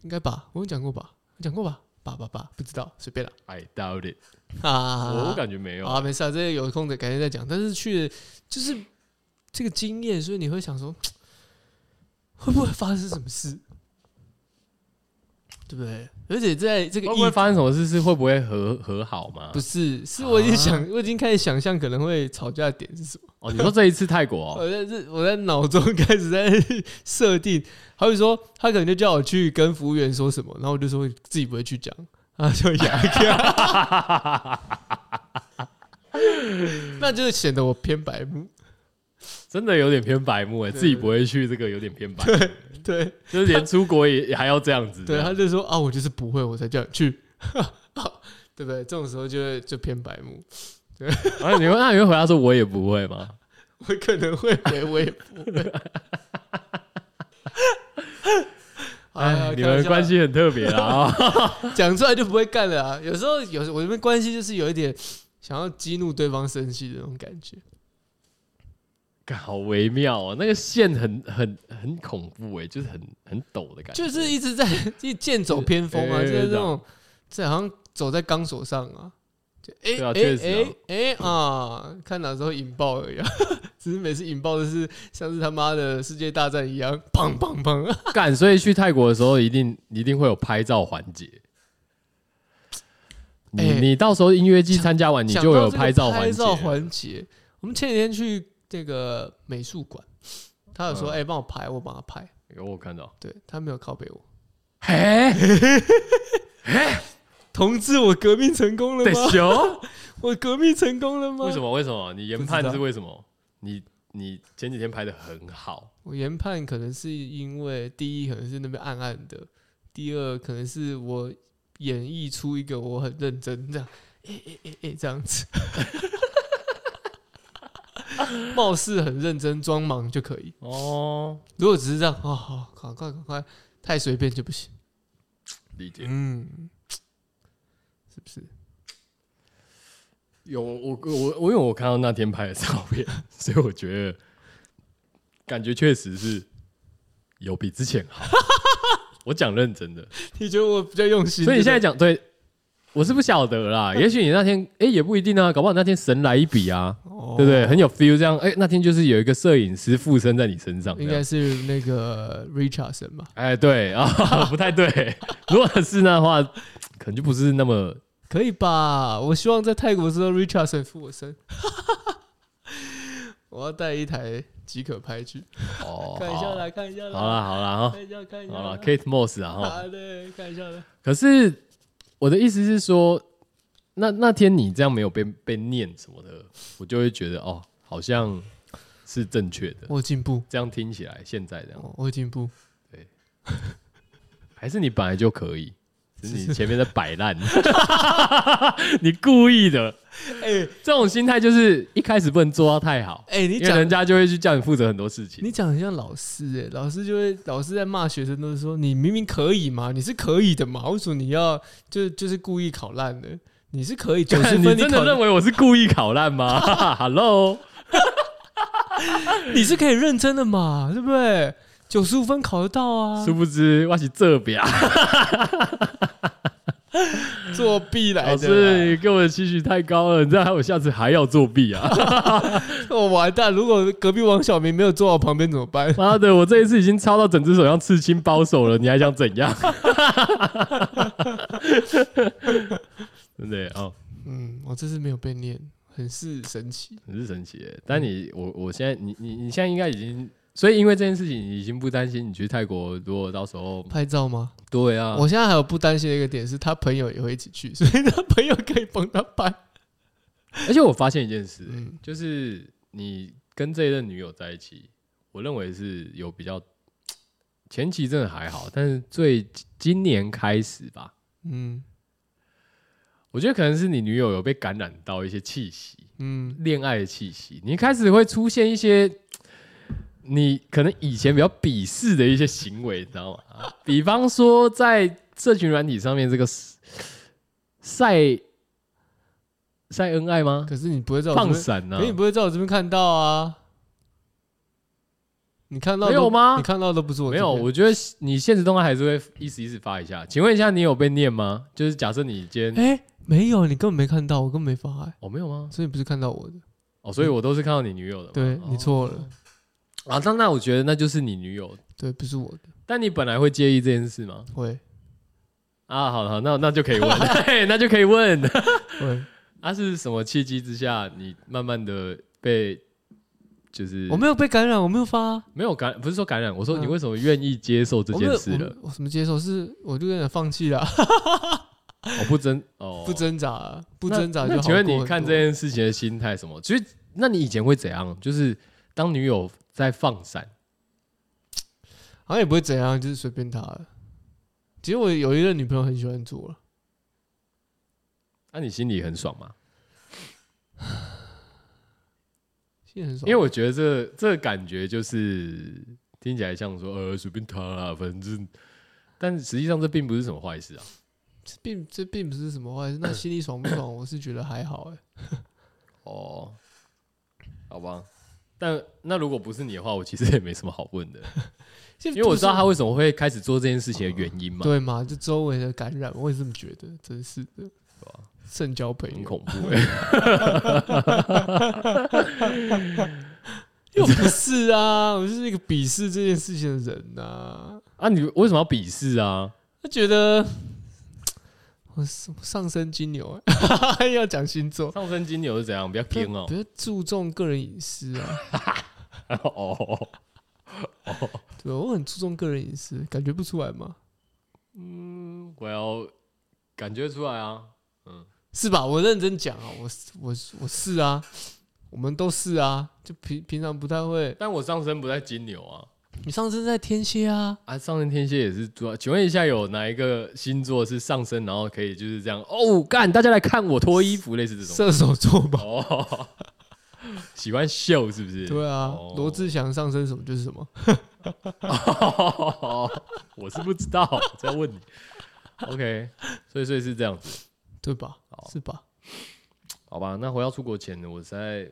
[SPEAKER 2] 应该吧？我有讲过吧？我讲过吧？吧吧吧，不知道，随便啦。
[SPEAKER 1] I doubt it，
[SPEAKER 2] 啊，
[SPEAKER 1] 我我感觉没有。
[SPEAKER 2] 啊，没事啊，这些有空的改天再讲。但是去就是这个经验，所以你会想说，会不会发生什么事？对不对？而且在这个
[SPEAKER 1] 会
[SPEAKER 2] 疫
[SPEAKER 1] 不会发生什啊么事？是会不会和和好吗
[SPEAKER 2] 不？是，是我已经想，我已经开始想象可能会吵架的点是什么。
[SPEAKER 1] 哦，你说这一次泰国 哦，
[SPEAKER 2] 我在这，我在脑中开始在设定，好比说，他可能就叫我去跟服务员说什么，然后我就说自己不会去讲，啊，就哑掉， 那就是显得我偏白目。
[SPEAKER 1] 真的有点偏白目哎，
[SPEAKER 2] 对
[SPEAKER 1] 自己不会去这个有点偏白，
[SPEAKER 2] 对
[SPEAKER 1] 就是连出国也 也还要这样子。
[SPEAKER 2] 对，
[SPEAKER 1] 这
[SPEAKER 2] 他
[SPEAKER 1] 样
[SPEAKER 2] 就说啊，我就是不会，我才叫你去， 对不对？这种时候就会就偏白目，
[SPEAKER 1] 然后你会那你会回答说我也不会 吗？
[SPEAKER 2] 我可能会回，我也不会。
[SPEAKER 1] 哎，你
[SPEAKER 2] 开玩
[SPEAKER 1] 们
[SPEAKER 2] 笑
[SPEAKER 1] 关
[SPEAKER 2] 啦
[SPEAKER 1] 系很特别啦啊！
[SPEAKER 2] 讲出来就不会干了啊。有时候有时候我这边关系就是有一点想要激怒对方生气的那种感觉。
[SPEAKER 1] 干好微妙哦，那个线很很很恐怖哎，就是很很陡的感觉。
[SPEAKER 2] 就是一直在 一剑走偏锋啊，
[SPEAKER 1] 哎
[SPEAKER 2] 就是
[SPEAKER 1] 这
[SPEAKER 2] 那
[SPEAKER 1] 样
[SPEAKER 2] 种这好像走在钢索上啊，就哎
[SPEAKER 1] 对啊确实
[SPEAKER 2] 哎
[SPEAKER 1] 啊
[SPEAKER 2] 哎哎啊，看哪时候引爆而已、啊，只是每次引爆的是像是他妈的世界大战一样，砰砰砰，
[SPEAKER 1] 干，所以去泰国的时候一定一定会有拍照环节。你、
[SPEAKER 2] 哎
[SPEAKER 1] 你到时候音乐季参加完，你
[SPEAKER 2] 想
[SPEAKER 1] 就
[SPEAKER 2] 到
[SPEAKER 1] 有
[SPEAKER 2] 这个
[SPEAKER 1] 拍照环
[SPEAKER 2] 拍
[SPEAKER 1] 节
[SPEAKER 2] 照。环节。我们前几天去这个美术馆，他有说
[SPEAKER 1] 嗯
[SPEAKER 2] 哎帮、我拍，我帮他拍，
[SPEAKER 1] 有我看到，
[SPEAKER 2] 对他没有靠背我，
[SPEAKER 1] 嘿，
[SPEAKER 2] 同志，我革命成功了
[SPEAKER 1] 得
[SPEAKER 2] 吗？
[SPEAKER 1] 修？
[SPEAKER 2] 我革命成功了吗？
[SPEAKER 1] 为什？么？为什么？你研
[SPEAKER 2] 不知
[SPEAKER 1] 判
[SPEAKER 2] 道
[SPEAKER 1] 是为什么？你你前几天拍的很好，
[SPEAKER 2] 我研判可能是因为第一可能是那边暗暗的，第二可能是我演绎出一个我很认真这样，诶诶诶诶这样 子，貌似很认真装忙就可以。
[SPEAKER 1] 哦，
[SPEAKER 2] 如果只是这样，哦，好，赶快赶快，太随便就不行。
[SPEAKER 1] 理解。
[SPEAKER 2] 嗯，是不是？
[SPEAKER 1] 有我我我，因为我看到那天拍的照片， 所以我觉得感觉确实是有比之前好。我讲认真的，
[SPEAKER 2] 你觉得我比较用心？
[SPEAKER 1] 所以你现在
[SPEAKER 2] 对
[SPEAKER 1] 讲对，我是不晓得 啦。也许你那天哎、也不一定啊，搞不好你那天神来一笔啊，
[SPEAKER 2] 不
[SPEAKER 1] 对不对？？很有 feel 这样。哎、那天就是有一个摄影师附身在你身上，
[SPEAKER 2] 应
[SPEAKER 1] 这样
[SPEAKER 2] 该是那个 Richardson 吧？
[SPEAKER 1] 哎对啊， 不太对。 如果是那的话，可能就不是那么
[SPEAKER 2] 可以吧？我希望在泰国的时候 Richardson 附我身， 我要带一台即可拍去，
[SPEAKER 1] 哦。
[SPEAKER 2] 看一下啦，看一下啦，
[SPEAKER 1] 好啦好啦哈，
[SPEAKER 2] 看一下看一下
[SPEAKER 1] 好
[SPEAKER 2] 啦，
[SPEAKER 1] 啦 k a t e Moss 啊哈。
[SPEAKER 2] 啊对，看一下啦。
[SPEAKER 1] 可是我的意思是说，那那天你这样没有被被念什么的，我就会觉得哦，好像是正确的。
[SPEAKER 2] 我有进步，
[SPEAKER 1] 这样听起来，现在这样，
[SPEAKER 2] 哦我有进步，
[SPEAKER 1] 还是你本来就可以，只是你前面在摆烂， 你故意的。
[SPEAKER 2] 哎
[SPEAKER 1] 这种心态就是一开始不能做到太好，
[SPEAKER 2] 哎，你
[SPEAKER 1] 因为人
[SPEAKER 2] 讲。
[SPEAKER 1] 家就会去叫你负责很多事情。
[SPEAKER 2] 你讲得很像老师哎、老师就会老师在骂学生，都是说你明明可以嘛，你是可以的嘛，为什么你要就就是故意考烂的？你 是可以九十
[SPEAKER 1] 你
[SPEAKER 2] 分，
[SPEAKER 1] 真的
[SPEAKER 2] 考
[SPEAKER 1] 认为我是故意考烂吗 ？Hello，
[SPEAKER 2] 你是可以认真的嘛，对不对？九十五分考得到啊，
[SPEAKER 1] 殊不知我是这边。
[SPEAKER 2] 作弊来
[SPEAKER 1] 老
[SPEAKER 2] 的啦。
[SPEAKER 1] 师，你给我的期许太高了，你这样害我下次还要作弊啊！
[SPEAKER 2] 我、完蛋！如果隔壁王小明没有坐我旁边怎么办？
[SPEAKER 1] 妈的，我这一次已经抄到整只手像刺青包手了，你还想怎样？真的耶哦，
[SPEAKER 2] 嗯，我这次没有被念，很是神奇。
[SPEAKER 1] 很是神奇耶。但你，我，我现在，你，你，你现在应该已经，所以因为这件事情，你已经不担心你去泰国，如果到时候，
[SPEAKER 2] 拍照吗？
[SPEAKER 1] 对啊，
[SPEAKER 2] 我现在还有不担心的一个点是，他朋友也会一起去，所以他朋友可以帮他拍。
[SPEAKER 1] 而且我发现一件事耶，欸
[SPEAKER 2] 嗯
[SPEAKER 1] 就是你跟这一任女友在一起，我认为是有比较前期真的还好，但是最今年开始吧，
[SPEAKER 2] 嗯
[SPEAKER 1] 我觉得可能是你女友有被感染到一些气息，
[SPEAKER 2] 嗯，
[SPEAKER 1] 恋爱的气息，你开始会出现一些你可能以前比较鄙视的一些行为，你知道吗？ 啊比方说在社群软体上面，这个晒晒恩爱吗？
[SPEAKER 2] 可是你不会在我这
[SPEAKER 1] 放啊
[SPEAKER 2] 边，
[SPEAKER 1] 闪呢、
[SPEAKER 2] 可是你不会在我这边看到啊？你看到都
[SPEAKER 1] 没有吗
[SPEAKER 2] 你看到都不是我
[SPEAKER 1] 没
[SPEAKER 2] 这边
[SPEAKER 1] 有，我觉得你现实动态还是会一时一时发一下。请问一下，你有被念吗？就是假设你今天
[SPEAKER 2] 哎、没有，你根本没看到，我根本没发、欸，
[SPEAKER 1] 哦没有吗？
[SPEAKER 2] 所以你不是看到我的，
[SPEAKER 1] 哦，所以我都是看到你女友的嘛。
[SPEAKER 2] 对
[SPEAKER 1] 哦
[SPEAKER 2] 你错了，
[SPEAKER 1] 啊，那那我觉得那就是你女友。
[SPEAKER 2] 对，不是我的，
[SPEAKER 1] 但你本来会介意这件事吗？
[SPEAKER 2] 会
[SPEAKER 1] 啊，好好，那那就可以问， 嘿那就可以问。
[SPEAKER 2] 会。
[SPEAKER 1] 啊，是什么契机之下，你慢慢的被就是
[SPEAKER 2] 我没有被感染，我没有发、啊，
[SPEAKER 1] 没有感，不是说感染，我说
[SPEAKER 2] 嗯
[SPEAKER 1] 你为什么愿意接受这
[SPEAKER 2] 哦我没
[SPEAKER 1] 件
[SPEAKER 2] 有
[SPEAKER 1] 事了？
[SPEAKER 2] 我我什么接受？是我就有点放弃了，
[SPEAKER 1] 哦，不争哦，
[SPEAKER 2] 不挣扎了，不
[SPEAKER 1] 那
[SPEAKER 2] 挣扎就
[SPEAKER 1] 那
[SPEAKER 2] 好
[SPEAKER 1] 请问
[SPEAKER 2] 过
[SPEAKER 1] 你
[SPEAKER 2] 很
[SPEAKER 1] 看
[SPEAKER 2] 多
[SPEAKER 1] 这件事情的心态是什么？其实，那你以前会怎样？就是当女友在放闪，
[SPEAKER 2] 好像也不会怎样，就是随便他了。其实我有一个女朋友很喜欢做了，
[SPEAKER 1] 那、你心里很爽吗？
[SPEAKER 2] 现在很爽，
[SPEAKER 1] 因为我觉得这这感觉就是听起来像说呃随便他啦，反正，但实际上这并不是什么坏事啊。
[SPEAKER 2] 这并这并不是什么坏事。那心里爽不爽，我是觉得还好哎、
[SPEAKER 1] 哦，好吧。但那如果不是你的话，我其实也没什么好问 的，
[SPEAKER 2] 因
[SPEAKER 1] 因为我知道他为什么会开始做这件事情的原因嘛，
[SPEAKER 2] 对嘛，就周围的感染，我也这么觉得，真是的
[SPEAKER 1] 吧。
[SPEAKER 2] 圣交朋
[SPEAKER 1] 啊很
[SPEAKER 2] 友，
[SPEAKER 1] 恐怖、欸。
[SPEAKER 2] 又 不是啊，我就是一个鄙视这件事情的人呐、啊。
[SPEAKER 1] 啊，你为什么要鄙视啊？
[SPEAKER 2] 他觉得我上上升金牛、欸， 要讲星座，
[SPEAKER 1] 上升金牛是怎样？比较偏哦
[SPEAKER 2] 比。较注重个人隐私啊。
[SPEAKER 1] 哦，
[SPEAKER 2] 对，我很注重个人隐私，感觉不出来吗？
[SPEAKER 1] 嗯，我要感觉出来啊，
[SPEAKER 2] 是吧？我认真讲啊，我是我是我是啊，我们都是啊，就平平常不太会。
[SPEAKER 1] 但我上身不在金牛啊，
[SPEAKER 2] 你上次在天蝎啊，
[SPEAKER 1] 啊，上升天蝎也是主要。请问一下，有哪一个星座是上升，然后可以就是这样哦，干，大家来看我脱衣服，类似这种。
[SPEAKER 2] 射手座吧？
[SPEAKER 1] 哦，喜欢秀是不是？
[SPEAKER 2] 对啊
[SPEAKER 1] 哦，
[SPEAKER 2] 罗志祥上升什么就是什么。
[SPEAKER 1] 我是不知道，我在问你。OK，所以所以是这样子，
[SPEAKER 2] 对吧
[SPEAKER 1] 好？
[SPEAKER 2] 是吧？
[SPEAKER 1] 好吧？那回到出国前呢，我实在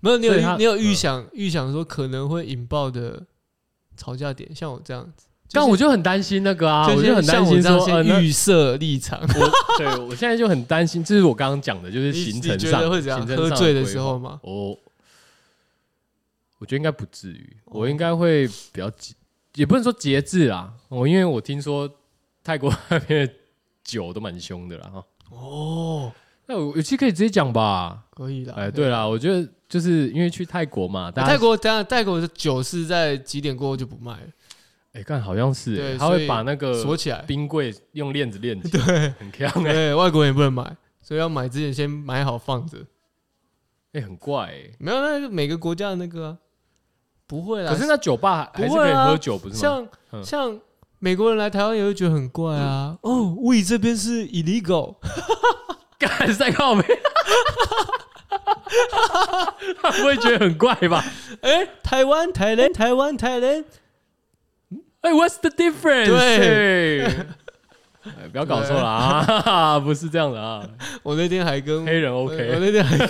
[SPEAKER 2] 没有，你有
[SPEAKER 1] 所以他
[SPEAKER 2] 预你有预想
[SPEAKER 1] 嗯
[SPEAKER 2] 预想说可能会引爆的吵架点，像我这样子，
[SPEAKER 1] 但我就很担心那个啊，
[SPEAKER 2] 就
[SPEAKER 1] 我就
[SPEAKER 2] 先
[SPEAKER 1] 很担
[SPEAKER 2] 像我
[SPEAKER 1] 心
[SPEAKER 2] 这样
[SPEAKER 1] 说，呃，那
[SPEAKER 2] 先预设立场，
[SPEAKER 1] 我对我现在就很担心，这是我刚刚讲的，就是
[SPEAKER 2] 你
[SPEAKER 1] 行
[SPEAKER 2] 你
[SPEAKER 1] 程
[SPEAKER 2] 觉
[SPEAKER 1] 上
[SPEAKER 2] 得会怎样？
[SPEAKER 1] 行程上
[SPEAKER 2] 喝醉的
[SPEAKER 1] 规
[SPEAKER 2] 时
[SPEAKER 1] 划
[SPEAKER 2] 候吗？
[SPEAKER 1] 我我觉得应该不至于，
[SPEAKER 2] 哦
[SPEAKER 1] 我应该会比较节，也不能说节制啦。我因为我听说泰国 那边的酒都蛮凶的啦哈。
[SPEAKER 2] 哦，
[SPEAKER 1] 那我有其实可以直接讲吧。
[SPEAKER 2] 可以啦。
[SPEAKER 1] 哎，对啦，我觉得就是因为去泰国嘛，大家
[SPEAKER 2] 啊泰国等下泰国的酒是在几点过后就不卖了，
[SPEAKER 1] 哎，看好像是欸
[SPEAKER 2] 对
[SPEAKER 1] 他
[SPEAKER 2] 所
[SPEAKER 1] 会
[SPEAKER 2] 以
[SPEAKER 1] 把那
[SPEAKER 2] 锁
[SPEAKER 1] 个
[SPEAKER 2] 起来。
[SPEAKER 1] 冰柜用链子链起来，很强哎，
[SPEAKER 2] 对，外国人也不能买，所以要买之前先买好放着。
[SPEAKER 1] 哎，很怪哎。
[SPEAKER 2] 没有，那个每个国家的那个啊、不会啦。
[SPEAKER 1] 可是那酒吧还是
[SPEAKER 2] 啊不会
[SPEAKER 1] 可以
[SPEAKER 2] 啊
[SPEAKER 1] 喝酒，不是吗？
[SPEAKER 2] 像
[SPEAKER 1] 嗯
[SPEAKER 2] 像美国人来台湾也会觉得很怪啊。哦，我以这边是 illegal，
[SPEAKER 1] 干是在靠背，他不会觉得很怪 吧？
[SPEAKER 2] 哎、台湾台人台湾台人，
[SPEAKER 1] 哎、w h a t s the difference？
[SPEAKER 2] 对
[SPEAKER 1] 哎，哎不要搞错了啊！不是这样的啊，
[SPEAKER 2] 我那天还跟
[SPEAKER 1] 黑人
[SPEAKER 2] 我
[SPEAKER 1] OK，
[SPEAKER 2] 那天还跟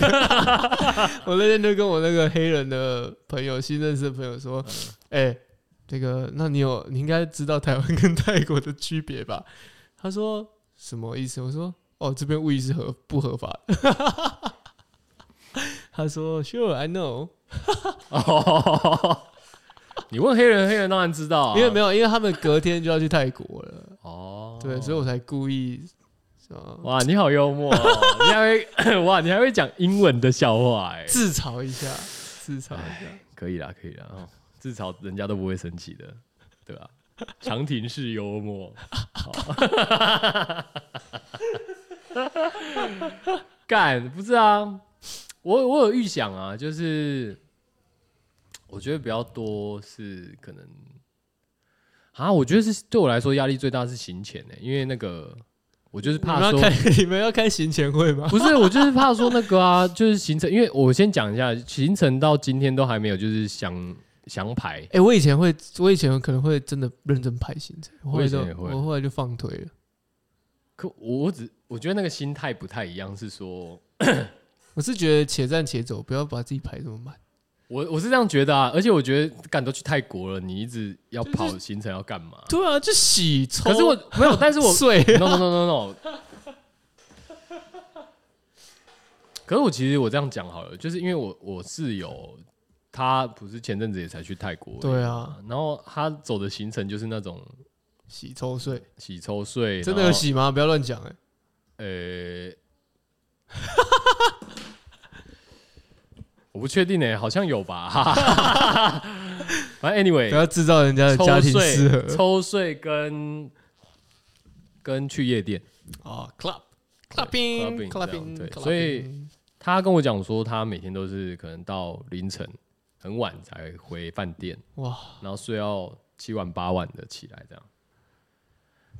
[SPEAKER 2] 我那天就跟我那个黑人的朋友新认识的朋友说，哎、
[SPEAKER 1] 嗯
[SPEAKER 2] 这个那你有你应该知道台湾跟泰国的区别吧？他说什么意思？我说哦，这边物意是合不合法的。 他说 Sure, I know，、
[SPEAKER 1] 哦，你问黑人，黑人当然知道、啊，
[SPEAKER 2] 因为没
[SPEAKER 1] 有
[SPEAKER 2] 有，因为他们隔天就要去泰国了。
[SPEAKER 1] 哦，
[SPEAKER 2] 对，所以我才故意，啊
[SPEAKER 1] 哇，你好幽默、哦，你还会 哇，你还会讲英文的笑话哎、
[SPEAKER 2] 自嘲一下，自嘲一下。
[SPEAKER 1] 可以啦，可以啦，哦，至少人家都不会生气的， 对吧、长亭式幽默，哦好 干不是啊，我我有预想啊，就是我觉得比较多是可能啊，我觉得是对我来说压力最大是行前呢、因为那个我就是
[SPEAKER 2] 你
[SPEAKER 1] 怕
[SPEAKER 2] 们要
[SPEAKER 1] 说
[SPEAKER 2] 开 你们要开行前会 吗？
[SPEAKER 1] 不是，我就是怕说那个啊，就是行程，因为我先讲一下，行程到今天都还没有，就是详详排。
[SPEAKER 2] 哎、我以前会，我以前可能会真的认真排行程，后
[SPEAKER 1] 我以
[SPEAKER 2] 来
[SPEAKER 1] 前
[SPEAKER 2] 就
[SPEAKER 1] 也会
[SPEAKER 2] 我后来就放推了。
[SPEAKER 1] 可我我只我觉得那个心态不太一样，是说
[SPEAKER 2] 我是觉得且战且走，不要把自己排这么满。
[SPEAKER 1] 我我是这样觉得啊，而且我觉得干都去泰国了，你一直要
[SPEAKER 2] 就是
[SPEAKER 1] 跑行程要干嘛？
[SPEAKER 2] 对啊，就洗抽。
[SPEAKER 1] 可是我没有，但是 我
[SPEAKER 2] 睡
[SPEAKER 1] no no no no no。可是我其实我这样讲好了，就是因为我我室友他不是前阵子也才去泰国而已
[SPEAKER 2] 对啊
[SPEAKER 1] 嘛，然后他走的行程就是那种
[SPEAKER 2] 洗抽睡，
[SPEAKER 1] 洗抽睡，
[SPEAKER 2] 真的
[SPEAKER 1] 然
[SPEAKER 2] 有
[SPEAKER 1] 后
[SPEAKER 2] 洗吗？不要乱讲哎。
[SPEAKER 1] 呃、 我不确定诶、好像有吧。反正
[SPEAKER 2] 不
[SPEAKER 1] anyway，
[SPEAKER 2] 要制造人家的
[SPEAKER 1] 抽
[SPEAKER 2] 家庭
[SPEAKER 1] 税、
[SPEAKER 2] 失和
[SPEAKER 1] 抽税跟跟去夜店，哦
[SPEAKER 2] 啊！Club clapping
[SPEAKER 1] clubbing，
[SPEAKER 2] clapping，
[SPEAKER 1] 这样对
[SPEAKER 2] clapping
[SPEAKER 1] 所以他跟我讲说，他每天都是可能到凌晨很晚才回饭店，
[SPEAKER 2] 哇，
[SPEAKER 1] 然后睡到七晚八晚的起来这样。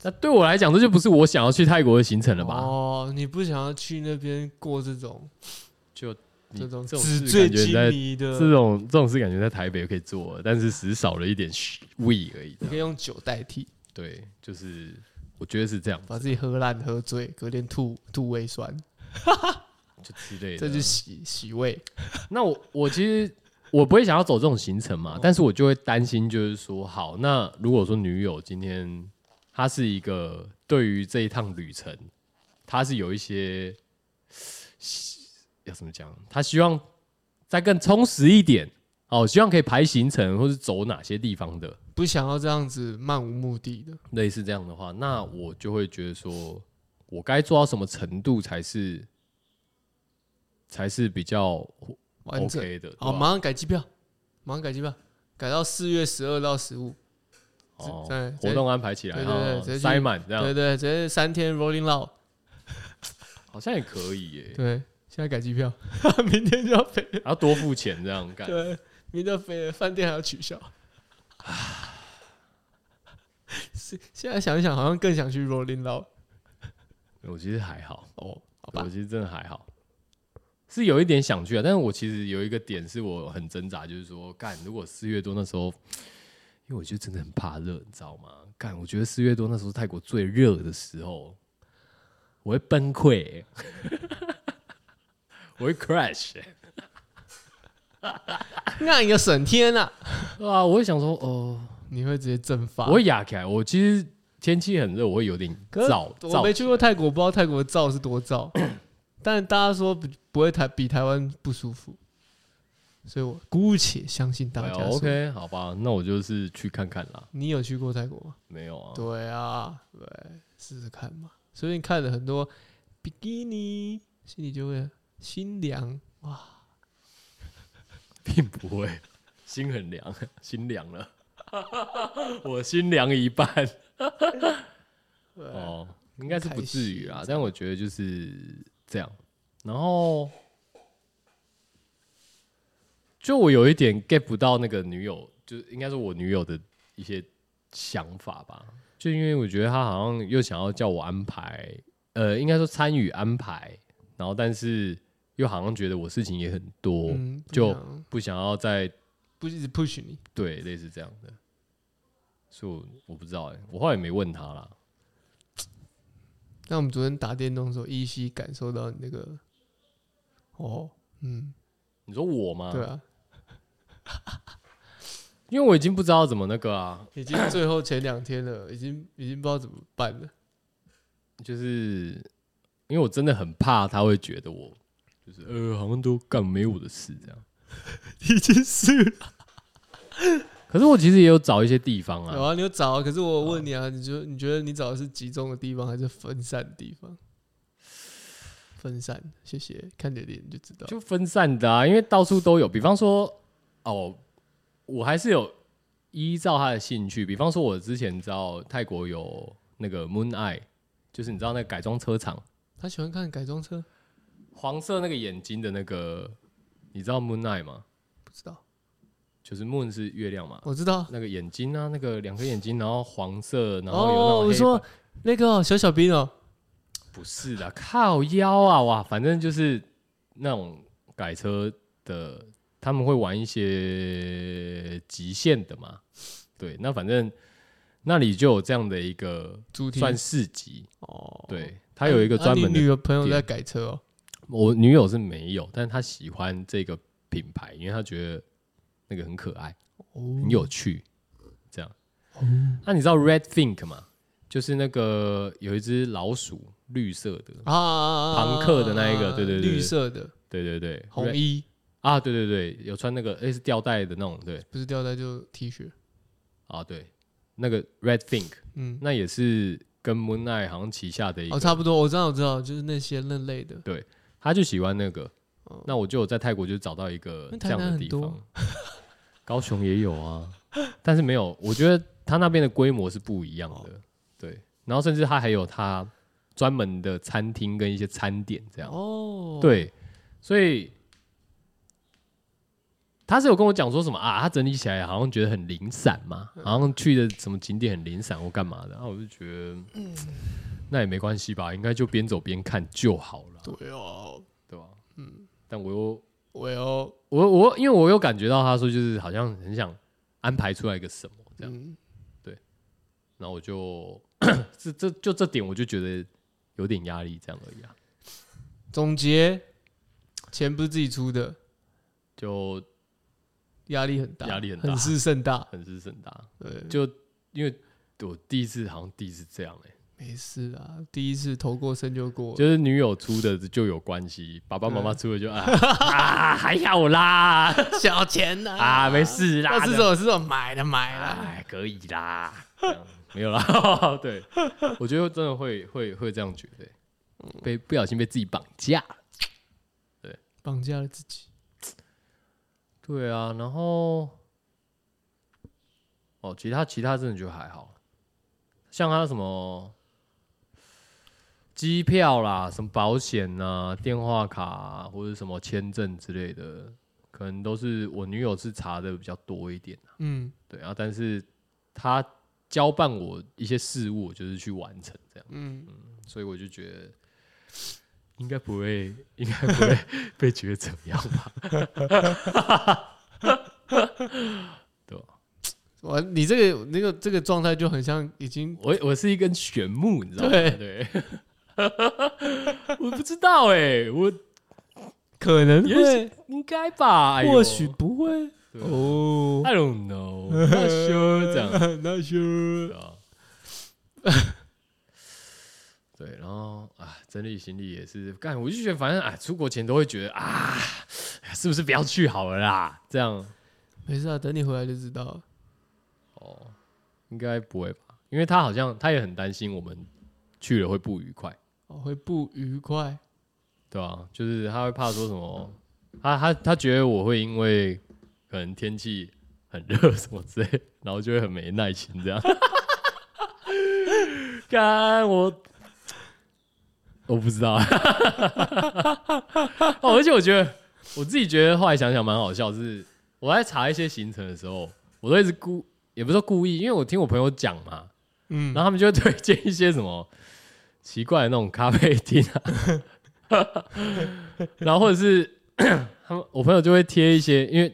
[SPEAKER 1] 那对我来讲，这就不是我想要去泰国的行程了吧？
[SPEAKER 2] 哦，你不想要去那边过这种
[SPEAKER 1] 就你
[SPEAKER 2] 这种
[SPEAKER 1] 这种
[SPEAKER 2] 纸
[SPEAKER 1] 事
[SPEAKER 2] 醉
[SPEAKER 1] 感觉
[SPEAKER 2] 金
[SPEAKER 1] 你在
[SPEAKER 2] 迷的，
[SPEAKER 1] 这种这种事感觉在台北可以做，但是只是少了一点虚味而已。
[SPEAKER 2] 你可以用酒代替，
[SPEAKER 1] 对，就是我觉得是这样，
[SPEAKER 2] 把自己喝烂、喝醉，隔天吐吐胃酸，
[SPEAKER 1] 就之类的。
[SPEAKER 2] 这就是洗洗胃。
[SPEAKER 1] 那我我其实我不会想要走这种行程
[SPEAKER 2] 哦
[SPEAKER 1] 嘛，但是我就会担心，就是说，好，那如果说女友今天她是一个对于这一趟旅程，她是有一些要怎么讲，她希望再更充实一点，哦，希望可以排行程或是走哪些地方的。
[SPEAKER 2] 不想要这样子漫无目的的。
[SPEAKER 1] 类似这样的话，那我就会觉得说，我该做到什么程度才是才是比较
[SPEAKER 2] 完整。
[SPEAKER 1] OK 的？对
[SPEAKER 2] 好，
[SPEAKER 1] 吧
[SPEAKER 2] 马上改机票，马上改机票，改到四月十二到十五，
[SPEAKER 1] 哦
[SPEAKER 2] 在在
[SPEAKER 1] 活动安排起来
[SPEAKER 2] 对对
[SPEAKER 1] 哈
[SPEAKER 2] 对直接，去
[SPEAKER 1] 塞满这
[SPEAKER 2] 对
[SPEAKER 1] 样，
[SPEAKER 2] 对，直接三天 rolling out。
[SPEAKER 1] 好像也可以耶，
[SPEAKER 2] 对，现在改机票， 明天就要飞了。
[SPEAKER 1] 然后多付钱这样干，
[SPEAKER 2] 对，明天就要飞了，饭店还要取消。是现在想一想，好像更想去 rolling out。
[SPEAKER 1] 我其实还好，
[SPEAKER 2] 哦，
[SPEAKER 1] 我
[SPEAKER 2] 好吧，
[SPEAKER 1] 其实真的还好，是有一点想去啊，但是我其实有一个点是我很挣扎，就是说，干，如果四月多那时候，因为我就真的很怕热，你知道吗？干，我觉得四月多那时候是泰国最热的时候，我会崩溃欸、 我会 crash，欸、
[SPEAKER 2] 那你个省天啊，
[SPEAKER 1] 对啊，我会想说，哦、
[SPEAKER 2] 你会直接蒸发。
[SPEAKER 1] 我会哑起来。我其实天气很热，我会有点
[SPEAKER 2] 可是
[SPEAKER 1] 燥
[SPEAKER 2] 我
[SPEAKER 1] 燥
[SPEAKER 2] 没去过泰国，不知道泰国的燥是多 燥，但大家说不不会台比台湾不舒服，所以我姑且相信大
[SPEAKER 1] 哎
[SPEAKER 2] 家
[SPEAKER 1] 呦
[SPEAKER 2] 说。
[SPEAKER 1] OK，好吧，那我就是去看看啦。
[SPEAKER 2] 你有去过泰国吗？
[SPEAKER 1] 没有啊，
[SPEAKER 2] 对啊，对，试试看嘛。所以你看了很多比基尼，心里就会心凉哇。
[SPEAKER 1] 并不会，心很凉，心凉了， 我心凉一半。
[SPEAKER 2] 对啊
[SPEAKER 1] 哦，应该是不至于啊啦，但我觉得就是这样。然后，就我有一点 get 不到那个女友，就是应该是我女友的一些想法吧。就因为我觉得她好像又想要叫我安排，呃，应该说参与安排，然后但是又好像觉得我事情也很多，
[SPEAKER 2] 嗯，不
[SPEAKER 1] 就
[SPEAKER 2] 想
[SPEAKER 1] 不想要再
[SPEAKER 2] 不一直 push 你，
[SPEAKER 1] 对类似这样的。所以我我不知道哎、我后来也没问她啦。
[SPEAKER 2] 那我们昨天打电动的时候，依稀感受到你那个，哦，嗯，
[SPEAKER 1] 你说我吗？
[SPEAKER 2] 对啊，
[SPEAKER 1] 因为我已经不知道怎么那个啊，
[SPEAKER 2] 已经最后前两天了，已 经已经不知道怎么办了。
[SPEAKER 1] 就是因为我真的很怕他会觉得我就是呃，好像都干没我的事这样。
[SPEAKER 2] 已经是
[SPEAKER 1] 可是我其实也有找一些地方
[SPEAKER 2] 有
[SPEAKER 1] 啊，
[SPEAKER 2] 啊，你有找啊，可是我问你啊，你觉得你觉得你找的是集中的地方还是分散的地方？分散，谢谢，看你的脸就知道。
[SPEAKER 1] 就分散的啊，因为到处都有。比方说，哦，我还是有依照他的兴趣。比方说，我之前知道泰国有那个 Moon Eye，就是你知道那个改装车厂，
[SPEAKER 2] 他喜欢看改装车，
[SPEAKER 1] 黄色那个眼睛的那个，你知道 Moon Eye 吗？
[SPEAKER 2] 不知道，
[SPEAKER 1] 就是 Moon 是月亮嘛，
[SPEAKER 2] 我知道。
[SPEAKER 1] 那个眼睛啊，那个两颗眼睛，然后黄色，然后有那种
[SPEAKER 2] 哦，我
[SPEAKER 1] 黑
[SPEAKER 2] 说
[SPEAKER 1] 白
[SPEAKER 2] 那个哦小小兵哦，
[SPEAKER 1] 不是的，靠腰啊哇，反正就是那种改车的，他们会玩一些极限的嘛。对，那反正那里就有这样的一个
[SPEAKER 2] 主题
[SPEAKER 1] 算市集，
[SPEAKER 2] 哦，
[SPEAKER 1] 对，它有一个专
[SPEAKER 2] 啊
[SPEAKER 1] 门
[SPEAKER 2] 你
[SPEAKER 1] 的。
[SPEAKER 2] 女友朋友在改车哦，
[SPEAKER 1] 我女友是没有，但是她喜欢这个品牌，因为她觉得那个很可爱。
[SPEAKER 2] 哦
[SPEAKER 1] 很有趣，这样。那、你知道 Red Fink 吗？就是那个有一只老鼠，绿色的，
[SPEAKER 2] 啊啊，啊
[SPEAKER 1] 朋克的那一个对对对对
[SPEAKER 2] 绿色的
[SPEAKER 1] 对对对，
[SPEAKER 2] 红
[SPEAKER 1] Red-
[SPEAKER 2] 衣
[SPEAKER 1] 啊，对对对，有穿那个类似吊带的那种，对
[SPEAKER 2] 不是吊带就 T 恤，
[SPEAKER 1] 啊，对，那个 Red Fink，
[SPEAKER 2] 嗯，
[SPEAKER 1] 那也是跟 Moon Eye 好像旗下的一
[SPEAKER 2] 哦，
[SPEAKER 1] 个，
[SPEAKER 2] 差不多，我知道我知道，就是那些那类的，
[SPEAKER 1] 他就喜欢那个
[SPEAKER 2] 哦。
[SPEAKER 1] 那我就有在泰国就找到一个
[SPEAKER 2] 那
[SPEAKER 1] 这
[SPEAKER 2] 台
[SPEAKER 1] 样
[SPEAKER 2] 南
[SPEAKER 1] 的
[SPEAKER 2] 很
[SPEAKER 1] 地
[SPEAKER 2] 多
[SPEAKER 1] 方， 高雄也有啊，但是没有，我觉得他那边的规模是不一样
[SPEAKER 2] 哦
[SPEAKER 1] 的，对。然后甚至他还有他专门的餐厅跟一些餐点这样，
[SPEAKER 2] 哦，
[SPEAKER 1] 对。所以他是有跟我讲说什么啊，他整理起来好像觉得很零散嘛，
[SPEAKER 2] 嗯
[SPEAKER 1] 好像去的什么景点很零散或干嘛的，然啊后我就觉得，
[SPEAKER 2] 嗯
[SPEAKER 1] 那也没关系吧，应该就边走边看就好了，
[SPEAKER 2] 对哦，
[SPEAKER 1] 对吧？嗯。但我又
[SPEAKER 2] 喂哦，
[SPEAKER 1] 我我因为我有感觉到他说就是好像很想安排出来一个什么这样，
[SPEAKER 2] 嗯，
[SPEAKER 1] 然后我就 这这就这点我就觉得有点压力这样而已啊，
[SPEAKER 2] 总结，钱不是自己出的，
[SPEAKER 1] 就
[SPEAKER 2] 压力很大，
[SPEAKER 1] 压力很大
[SPEAKER 2] 很是盛大，
[SPEAKER 1] 很是盛大，
[SPEAKER 2] 对，
[SPEAKER 1] 就因为我第一次好像第一次这样哎、
[SPEAKER 2] 没事啊，第一次投过身就过，
[SPEAKER 1] 就是女友出的就有关系，爸爸妈妈出的就啊 啊还好 啦
[SPEAKER 2] 小钱呐
[SPEAKER 1] 啊没，事啦，
[SPEAKER 2] 要吃什么吃什么，买了买了，
[SPEAKER 1] 哎可以啦，这样没有啦， 对，我觉得真的会会会这样觉得欸、被不小心被自己绑架了。
[SPEAKER 2] 绑架了自己，
[SPEAKER 1] 对啊，然后哦，其他其他真的觉得还好，像他什么机票啦、什么保险呐、电话卡、啊、或者什么签证之类的，可能都是我女友是查的比较多一点啊、
[SPEAKER 2] 嗯
[SPEAKER 1] 对啊，但是她交办我一些事务，我就是去完成这样，
[SPEAKER 2] 嗯，
[SPEAKER 1] 所以我就觉得。应该不会，应该不会 被觉得怎么样吧？
[SPEAKER 2] 我你这个那个这个状态就很像已经
[SPEAKER 1] 我我是一根玄木，你知道吗？
[SPEAKER 2] 对
[SPEAKER 1] 对， 我不知道哎、我
[SPEAKER 2] 可能
[SPEAKER 1] 也许，应该吧，哎呦
[SPEAKER 2] 或许不会
[SPEAKER 1] 对
[SPEAKER 2] 哦。
[SPEAKER 1] I don't know, not sure 这样
[SPEAKER 2] 那是
[SPEAKER 1] 对啊。 对，然后啊，整理行李也是干，我就觉得反正啊，出国前都会觉得啊，是不是不要去好了啦？这样
[SPEAKER 2] 没事啊，等你回来就知道了。
[SPEAKER 1] 哦，应该不会吧？因为他好像他也很担心我们去了会不愉快，
[SPEAKER 2] 哦，会不愉快。
[SPEAKER 1] 对啊，就是他会怕说什么，他他他觉得我会因为可能天气很热什么之类，然后就会很没耐心这样。 干我，我不知道。 哦，而且我觉得我自己觉得后来想想蛮好笑，是我在查一些行程的时候，我都一直故也不是说故意，因为我听我朋友讲嘛，
[SPEAKER 2] 嗯
[SPEAKER 1] 然后他们就会推荐一些什么奇怪的那种咖啡厅啊， 然后或者是 他们我朋友就会贴一些，因为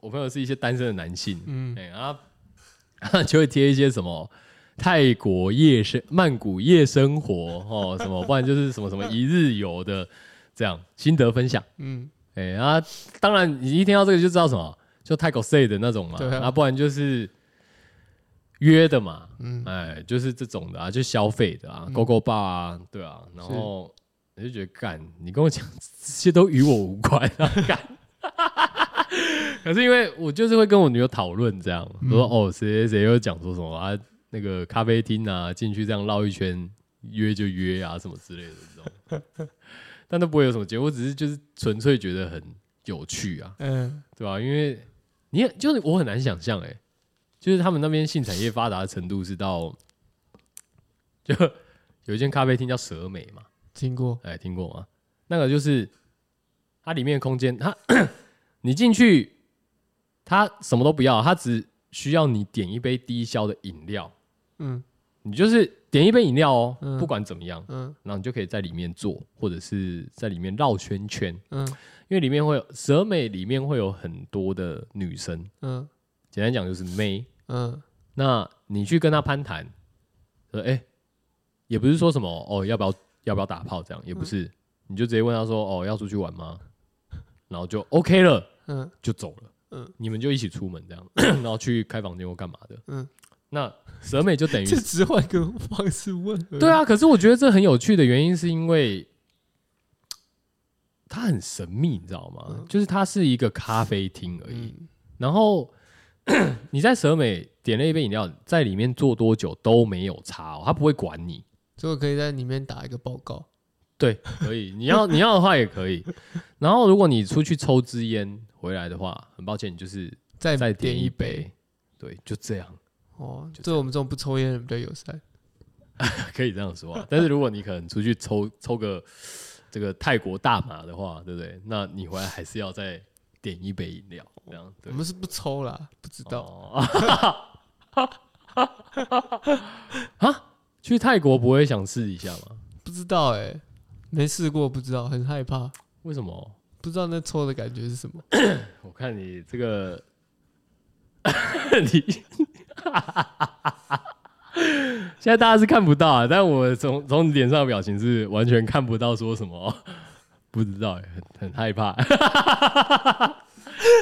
[SPEAKER 1] 我朋友是一些单身的男性，
[SPEAKER 2] 嗯
[SPEAKER 1] 哎、然后他就会贴一些什么泰国夜生、曼谷夜生活哦，什么，不然就是什么什么一日游的这样心得分享。
[SPEAKER 2] 嗯，
[SPEAKER 1] 哎、啊，当然你一听到这个就知道什么，就泰国 say 的那种嘛，
[SPEAKER 2] 对啊
[SPEAKER 1] 不然就是约的嘛，
[SPEAKER 2] 嗯
[SPEAKER 1] 哎，就是这种的啊，就消费的啊
[SPEAKER 2] 嗯
[SPEAKER 1] ，GoGo Bar 啊，对啊，然后我就觉得干，你跟我讲这些都与我无关啊，干。 可是因为我就是会跟我女友讨论这样，我说哦谁谁谁又讲说什么啊，那个咖啡厅啊，进去这样绕一圈约就约啊什么之类的这种，但都不会有什么结果，我只是就是纯粹觉得很有趣啊，
[SPEAKER 2] 嗯，
[SPEAKER 1] 对吧、因为你也就是我很难想象，哎，就是他们那边性产业发达的程度是到，就有一间咖啡厅叫蛇美嘛，
[SPEAKER 2] 听过。
[SPEAKER 1] 哎，听过吗？那个就是它里面的空间，它 你进去，它什么都不要，它只需要你点一杯低消的饮料，
[SPEAKER 2] 嗯
[SPEAKER 1] 你就是点一杯饮料哦，
[SPEAKER 2] 嗯
[SPEAKER 1] 不管怎么样，
[SPEAKER 2] 嗯
[SPEAKER 1] 然后你就可以在里面坐，或者是在里面绕圈圈，
[SPEAKER 2] 嗯
[SPEAKER 1] 因为里面会有蛇美，里面会有很多的女生。
[SPEAKER 2] 嗯
[SPEAKER 1] 简单讲就是妹。
[SPEAKER 2] 嗯
[SPEAKER 1] 那你去跟他攀谈，说哎、诶也不是说什么哦，要不要要不要打炮这样，也不
[SPEAKER 2] 嗯
[SPEAKER 1] 是，你就直接问他说哦，要出去玩吗？然后就 OK 了，
[SPEAKER 2] 嗯
[SPEAKER 1] 就走了。
[SPEAKER 2] 嗯
[SPEAKER 1] 你们就一起出门这 样，然后去开房间或干嘛的。
[SPEAKER 2] 嗯，
[SPEAKER 1] 那蛇美就 等于
[SPEAKER 2] 这只换个方式问。
[SPEAKER 1] 对，啊，可是我觉得这很有趣的原因是因为它很神秘，你知道吗？
[SPEAKER 2] 嗯
[SPEAKER 1] 就是它是一个咖啡厅而已，
[SPEAKER 2] 嗯
[SPEAKER 1] 然后 你在蛇美点了一杯饮料，在里面坐多久都没有差哦，他不会管你。
[SPEAKER 2] 所以我可以在里面打一个报告。
[SPEAKER 1] 对，可以，你要你要的话也可以。然后如果你出去抽支烟回来的话，很抱歉，你就是
[SPEAKER 2] 再
[SPEAKER 1] 再
[SPEAKER 2] 点
[SPEAKER 1] 点一
[SPEAKER 2] 一
[SPEAKER 1] 杯。对，就这样，
[SPEAKER 2] 哦，对我们这种不抽烟的人比较友善。
[SPEAKER 1] 可以这样说、啊。但是如果你可能出去抽抽个这个泰国大麻的话，对不对？那你回来还是要再点一杯饮料，这样
[SPEAKER 2] 我
[SPEAKER 1] 对。
[SPEAKER 2] 们是不抽啦，不知道。
[SPEAKER 1] 哦 啊，去泰国不会想试一下吗？
[SPEAKER 2] 不知道哎、没试过，不知道，很害怕，
[SPEAKER 1] 为什么？
[SPEAKER 2] 不知道那抽的感觉是什 么。
[SPEAKER 1] 我看你这个， 你现在大家是看不到啊，但我从从你脸上的表情是完全看不到说什么，哦不知道、欸，很很害怕。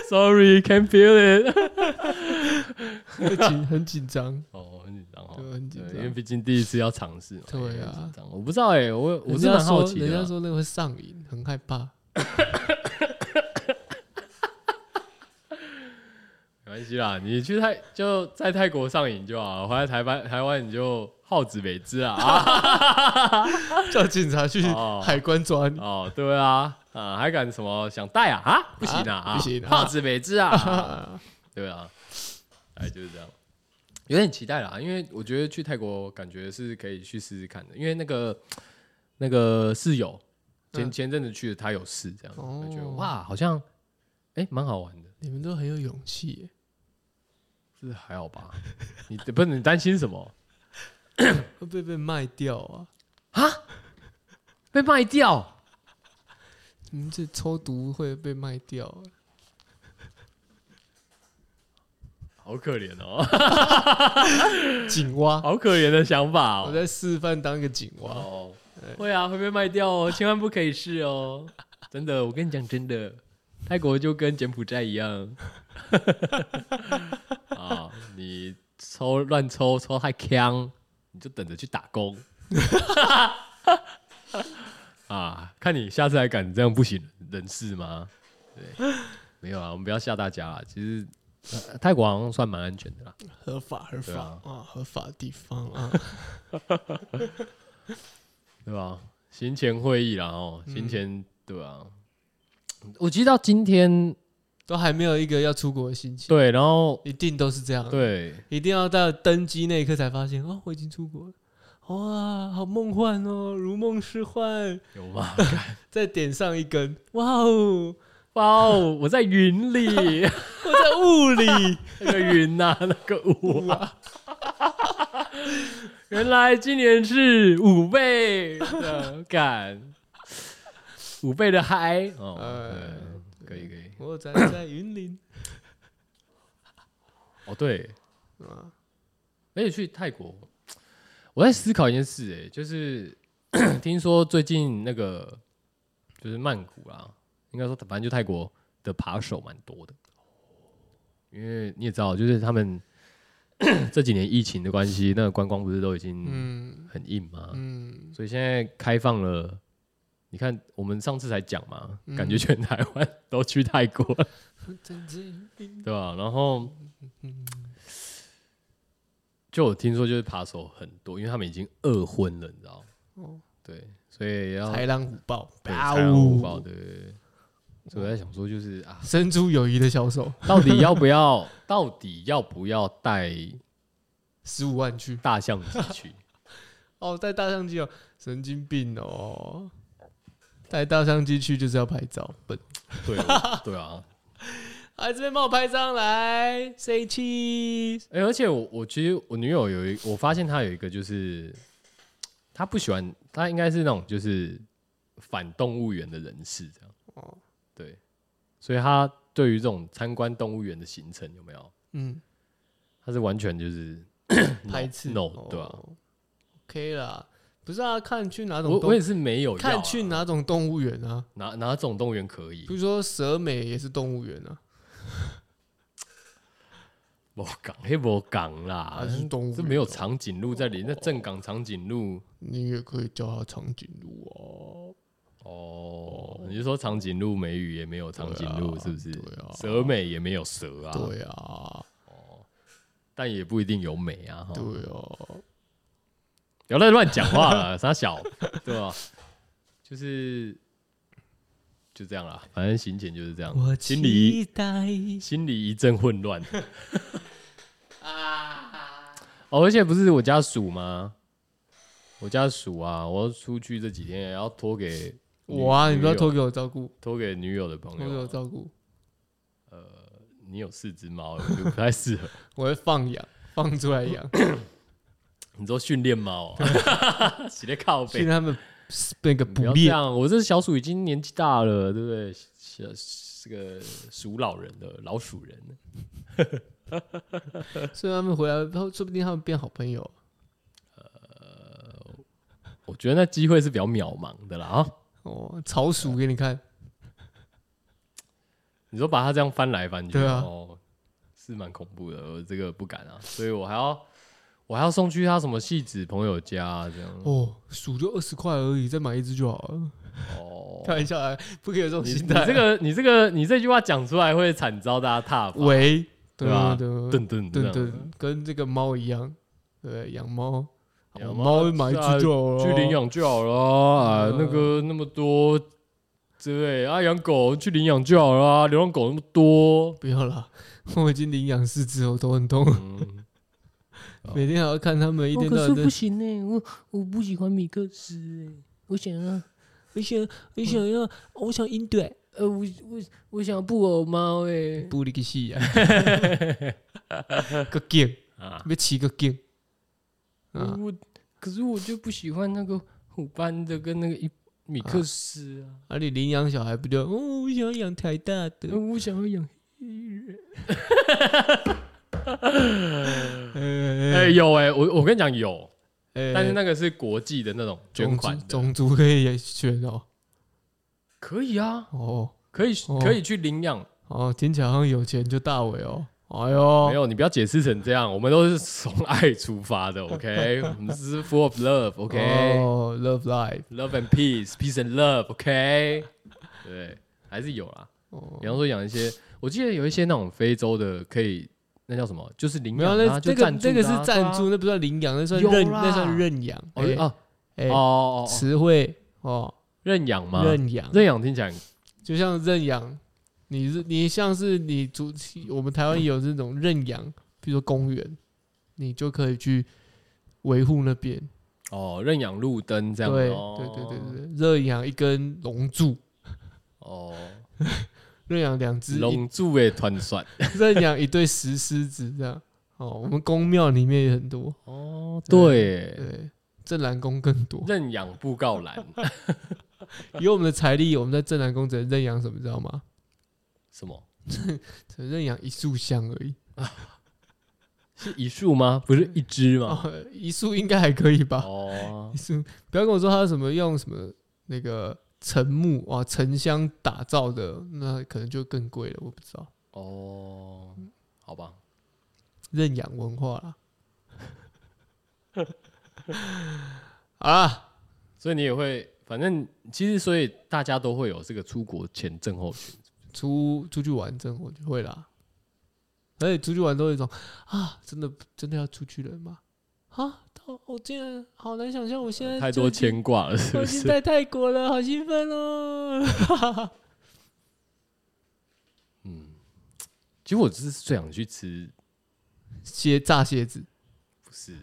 [SPEAKER 1] Sorry, can't feel it
[SPEAKER 2] 很紧很紧张，
[SPEAKER 1] 哦，很紧张哦，
[SPEAKER 2] 对，很紧
[SPEAKER 1] 对因为
[SPEAKER 2] 张。
[SPEAKER 1] 毕竟第一次要尝试嘛，
[SPEAKER 2] 对啊
[SPEAKER 1] 也很紧张。我不知道哎、我我
[SPEAKER 2] 人
[SPEAKER 1] 是
[SPEAKER 2] 家
[SPEAKER 1] 蛮好
[SPEAKER 2] 说，
[SPEAKER 1] 奇
[SPEAKER 2] 人
[SPEAKER 1] 的啊、哦
[SPEAKER 2] 家说那个会上瘾，很害怕。
[SPEAKER 1] 没关系啦，你去泰就在泰国上瘾就好，回来台湾台湾你就好自为之啊啊！
[SPEAKER 2] 叫警察去
[SPEAKER 1] 哦
[SPEAKER 2] 海关抓你，
[SPEAKER 1] 哦，对啊，啊还敢什么想带啊啊？不行啊，
[SPEAKER 2] 啊不行啊
[SPEAKER 1] 好自为之啊！啊
[SPEAKER 2] 啊
[SPEAKER 1] 对啊，哎就是这样。有点期待啦，因为我觉得去泰国感觉是可以去试试看的，因为那个那个室友前、
[SPEAKER 2] 嗯
[SPEAKER 1] 前阵子去的，他有试这样，
[SPEAKER 2] 哦
[SPEAKER 1] 感觉哇，好像哎蛮、好玩的，
[SPEAKER 2] 你们都很有勇气耶，
[SPEAKER 1] 是还好吧？你不是你担心什么？
[SPEAKER 2] 会不会被卖掉啊？
[SPEAKER 1] 被卖掉？
[SPEAKER 2] 你们这抽毒会被卖掉啊、
[SPEAKER 1] 好可怜哦，
[SPEAKER 2] 井蛙，
[SPEAKER 1] 好可怜的想法
[SPEAKER 2] 我
[SPEAKER 1] 哦。
[SPEAKER 2] 在示范当一个井蛙。
[SPEAKER 1] 哦，会啊，会被卖掉哦， 千万不可以试哦。真的，我跟你讲，真的，泰国就跟柬埔寨一 样。啊，你抽乱抽抽太呛，你就等着去打 工。啊，看你下次还敢这样不省人事吗？对，没有啊，我们不要吓大家啦。其实、呃泰国好像算蛮安全的啦。
[SPEAKER 2] 合法合
[SPEAKER 1] 对
[SPEAKER 2] 法
[SPEAKER 1] 啊
[SPEAKER 2] 啊合法地方啊，
[SPEAKER 1] 对吧？行前会议啦，哦，行前、对啊。我记得到今天
[SPEAKER 2] 都还没有一个要出国的心情，
[SPEAKER 1] 对，然后
[SPEAKER 2] 一定都是这样，，
[SPEAKER 1] 对
[SPEAKER 2] 一定要到登机那一刻才发现，哦，我已经出国了，哇，好梦幻哦，如梦似幻，
[SPEAKER 1] 有吗？
[SPEAKER 2] 再点上一根，哇哦，
[SPEAKER 1] 哇哦，我在云 里，
[SPEAKER 2] 我在雾 里，
[SPEAKER 1] 那个云 呐、那个雾啊。 原来今年是五倍 的感，五倍的嗨哦，
[SPEAKER 2] 哎
[SPEAKER 1] 对，可以可以。
[SPEAKER 2] 我站在云 林，
[SPEAKER 1] 哦对，
[SPEAKER 2] 啊，
[SPEAKER 1] 而且去泰国，我在思考一件事、欸，哎，就是 听说最近那个就是曼谷啦，应该说反正就泰国的扒手蛮多的，因为你也知道，就是他们 这几年疫情的关系，那个观光不是都已经
[SPEAKER 2] 嗯
[SPEAKER 1] 很硬吗？
[SPEAKER 2] 嗯，
[SPEAKER 1] 所以现在开放了。你看，我们上次才讲嘛，
[SPEAKER 2] 嗯
[SPEAKER 1] 感觉全台湾 都去泰国 了，
[SPEAKER 2] 站在云林，
[SPEAKER 1] 对吧、然后，就我听说就是扒手很多，因为他们已经二婚了，你知道吗？
[SPEAKER 2] 哦，
[SPEAKER 1] 对，所以要
[SPEAKER 2] 豺狼虎豹，
[SPEAKER 1] 对
[SPEAKER 2] 哇
[SPEAKER 1] 豺狼虎豹，
[SPEAKER 2] 哦
[SPEAKER 1] 对对对。所以我在想说，就是啊，
[SPEAKER 2] 生出友谊的小手，
[SPEAKER 1] 到底要不要，到底要不要带
[SPEAKER 2] 十五万去。
[SPEAKER 1] 大相机去？
[SPEAKER 2] 哦，带大相机哦，神经病哦！带大相机去就是要拍照，笨，
[SPEAKER 1] 对我对啊，
[SPEAKER 2] 来哎这边帮我拍张来，say cheese。
[SPEAKER 1] 哎、而且我我其实我女友有一，我发现她有一个就是，她不喜欢，她应该是那种就是反动物园的人士这样。
[SPEAKER 2] 哦，
[SPEAKER 1] 对，所以她对于这种参观动物园的行程有没有，
[SPEAKER 2] 嗯，
[SPEAKER 1] 她是完全就是 no-
[SPEAKER 2] 拍次
[SPEAKER 1] no
[SPEAKER 2] 哦
[SPEAKER 1] 对啊，
[SPEAKER 2] ，OK 啦，不是啊，看去哪
[SPEAKER 1] 我
[SPEAKER 2] 种
[SPEAKER 1] 我
[SPEAKER 2] 动
[SPEAKER 1] 也，是没有要啊、
[SPEAKER 2] 看去哪种动物园啊，
[SPEAKER 1] 哪哪种动物园可以
[SPEAKER 2] 比？如说蛇美也是动物园啊，
[SPEAKER 1] 无港，黑无港啦
[SPEAKER 2] 还，是动物
[SPEAKER 1] 啊这
[SPEAKER 2] 园
[SPEAKER 1] 没有
[SPEAKER 2] 哦
[SPEAKER 1] 长颈鹿在里，那正港长颈鹿
[SPEAKER 2] 你也可以叫它长颈鹿
[SPEAKER 1] 哦，你是说长颈鹿美语也没有长颈鹿
[SPEAKER 2] 对啊
[SPEAKER 1] 是不是
[SPEAKER 2] 对啊？
[SPEAKER 1] 蛇美也没有蛇
[SPEAKER 2] 啊，
[SPEAKER 1] 啊，
[SPEAKER 2] 对啊，
[SPEAKER 1] 但也不一定有美啊，哈，
[SPEAKER 2] 对啊，
[SPEAKER 1] 不要再乱讲话了，傻小，对 吧？就是就这样啦，反正行前就是这样，心里
[SPEAKER 2] 待
[SPEAKER 1] 心里一阵混乱。 哦，而且不是我家属吗？我家属啊，我要出去这几天也要托给女
[SPEAKER 2] 我啊，你不要
[SPEAKER 1] 女友
[SPEAKER 2] 托给我照顾，
[SPEAKER 1] 托给女友的朋
[SPEAKER 2] 托给
[SPEAKER 1] 友
[SPEAKER 2] 我
[SPEAKER 1] 啊。
[SPEAKER 2] 照顾，
[SPEAKER 1] 你有四只猫，我觉得不太适合。
[SPEAKER 2] 我会放养，放出来养。
[SPEAKER 1] 你说训练猫啊， 直接靠
[SPEAKER 2] 去
[SPEAKER 1] 背。
[SPEAKER 2] 他们那个
[SPEAKER 1] 不
[SPEAKER 2] 捕
[SPEAKER 1] 要这
[SPEAKER 2] 猎，
[SPEAKER 1] 样，我这小鼠已经年纪大了，对不对？小这个鼠老人的老鼠人了
[SPEAKER 2] 所以他们回来，后说不定他们变好朋友。
[SPEAKER 1] 我觉得那机会是比较渺茫的啦啊。
[SPEAKER 2] 哦，草鼠给你看，
[SPEAKER 1] 你说把它这样翻来翻去，
[SPEAKER 2] 对啊
[SPEAKER 1] 哦，是蛮恐怖的，我这个不敢啊，所以我还要我还要送去他什么戏子朋友家、这样
[SPEAKER 2] 哦，鼠就二十块而已，再买一只就好了。
[SPEAKER 1] 哦。
[SPEAKER 2] 开玩笑啊，不可以有这种
[SPEAKER 1] 你
[SPEAKER 2] 心
[SPEAKER 1] 你
[SPEAKER 2] 态啊。
[SPEAKER 1] 这个你这个你这句话讲出来会惨遭大家挞伐，
[SPEAKER 2] 喂，
[SPEAKER 1] 对啊吧？
[SPEAKER 2] 对啊
[SPEAKER 1] 噔噔
[SPEAKER 2] 对
[SPEAKER 1] 噔
[SPEAKER 2] 对
[SPEAKER 1] 噔，，
[SPEAKER 2] 跟这个猫一样，对，养猫，
[SPEAKER 1] 养
[SPEAKER 2] 养
[SPEAKER 1] 猫
[SPEAKER 2] 猫买一哦只就好了。
[SPEAKER 1] 去领养就好了啊、哎
[SPEAKER 2] 嗯
[SPEAKER 1] 那个那么多，对啊，养狗去领养就好了啊、流浪狗那么多，哦
[SPEAKER 2] 不要啦，我已经领养四只，我头很痛。
[SPEAKER 1] 嗯，
[SPEAKER 2] 每天还要看他们一
[SPEAKER 1] 哦
[SPEAKER 2] 天
[SPEAKER 1] 可
[SPEAKER 2] 到
[SPEAKER 1] 是
[SPEAKER 2] 晚
[SPEAKER 1] 不
[SPEAKER 2] 在，
[SPEAKER 1] 行呢、我我不喜欢米克斯、欸，我想要，我想，我想要，我想鹰腿，呃，我我我想要布偶猫、欸，
[SPEAKER 2] 不离个戏 啊，个 game
[SPEAKER 1] 啊，
[SPEAKER 2] 要起个 game 啊，
[SPEAKER 1] 我可是我就不喜欢那个虎斑的跟那个一米克斯啊，
[SPEAKER 2] 而你领养小孩不就哦，我想要养台大的
[SPEAKER 1] 呃，我想要养黑人。哎、
[SPEAKER 2] 哎
[SPEAKER 1] 有哎、我我跟你讲有，
[SPEAKER 2] 哎
[SPEAKER 1] 但是那个是国际的那种捐款的，
[SPEAKER 2] 种族可以选哦，
[SPEAKER 1] 可以啊，
[SPEAKER 2] 哦
[SPEAKER 1] 可以
[SPEAKER 2] 哦
[SPEAKER 1] 可以去领养。
[SPEAKER 2] 哦，听起来好像有钱就大伟哦，哎
[SPEAKER 1] 没
[SPEAKER 2] 呦，
[SPEAKER 1] 有，你不要解释成这样，我们都是从爱出发的，OK？我们是 full of love，OK？、
[SPEAKER 2] 哦，Love Life，
[SPEAKER 1] Love and peace, peace and love, OK？对，还是有啦。
[SPEAKER 2] 哦
[SPEAKER 1] 比方说养一些，我记得有一些那种非洲的，可以那叫什么，就是领
[SPEAKER 2] 没
[SPEAKER 1] 养
[SPEAKER 2] 有，
[SPEAKER 1] 啊、
[SPEAKER 2] 那
[SPEAKER 1] 就
[SPEAKER 2] 那
[SPEAKER 1] 赞助
[SPEAKER 2] 个那个
[SPEAKER 1] 的啊
[SPEAKER 2] 是赞助，。那不算领养，那算
[SPEAKER 1] 有
[SPEAKER 2] 认，
[SPEAKER 1] 啦
[SPEAKER 2] 那算认养。
[SPEAKER 1] 对
[SPEAKER 2] 哎
[SPEAKER 1] 啊
[SPEAKER 2] 哎
[SPEAKER 1] 哦哦哦哦，
[SPEAKER 2] 词汇哦，
[SPEAKER 1] 认养吗？
[SPEAKER 2] 认养，
[SPEAKER 1] 认养听起来
[SPEAKER 2] 就像认养，你是你像是你主，我们台湾有这种认养，比如说公园，你就可以去维护那边。
[SPEAKER 1] 哦，认养路灯这
[SPEAKER 2] 对
[SPEAKER 1] 样
[SPEAKER 2] 对
[SPEAKER 1] 哦
[SPEAKER 2] 对对对，认养一根龙柱，
[SPEAKER 1] 哦，
[SPEAKER 2] 认养两只，一
[SPEAKER 1] 龙柱诶，团 算
[SPEAKER 2] 认养一对石狮子这样。哦，我们宫庙里面也很多，
[SPEAKER 1] 哦，对，
[SPEAKER 2] 对，镇南宫更多。
[SPEAKER 1] 认养布告栏
[SPEAKER 2] 以我们的财力，我们在镇南宫只能认养什么，知道吗？
[SPEAKER 1] 什么
[SPEAKER 2] 只能认养一束香而已。
[SPEAKER 1] 是一束吗？不是一只吗？
[SPEAKER 2] 哦，一束应该还可以吧？
[SPEAKER 1] 哦
[SPEAKER 2] 一，束，不要跟我说它是什么用什么那个沉木啊、沉香打造的，那可能就更贵了，我不知道。
[SPEAKER 1] 哦，好吧，
[SPEAKER 2] 认养文化啦。 好啦，
[SPEAKER 1] 所以你也会，反正其实所以大家都会有这个出国前症候群。
[SPEAKER 2] 出出去玩真我就会啦。而且出去玩都有一种啊，真的真的要出去了吗？啊，到我竟然好难想象，我现在
[SPEAKER 1] 呃太多
[SPEAKER 2] 就已经
[SPEAKER 1] 牵挂了，是
[SPEAKER 2] 我
[SPEAKER 1] 不
[SPEAKER 2] 已经
[SPEAKER 1] 是？
[SPEAKER 2] 在泰国了，好兴奋哦！
[SPEAKER 1] 其实我只是最想去吃，
[SPEAKER 2] 蝎炸蝎子，
[SPEAKER 1] 不是，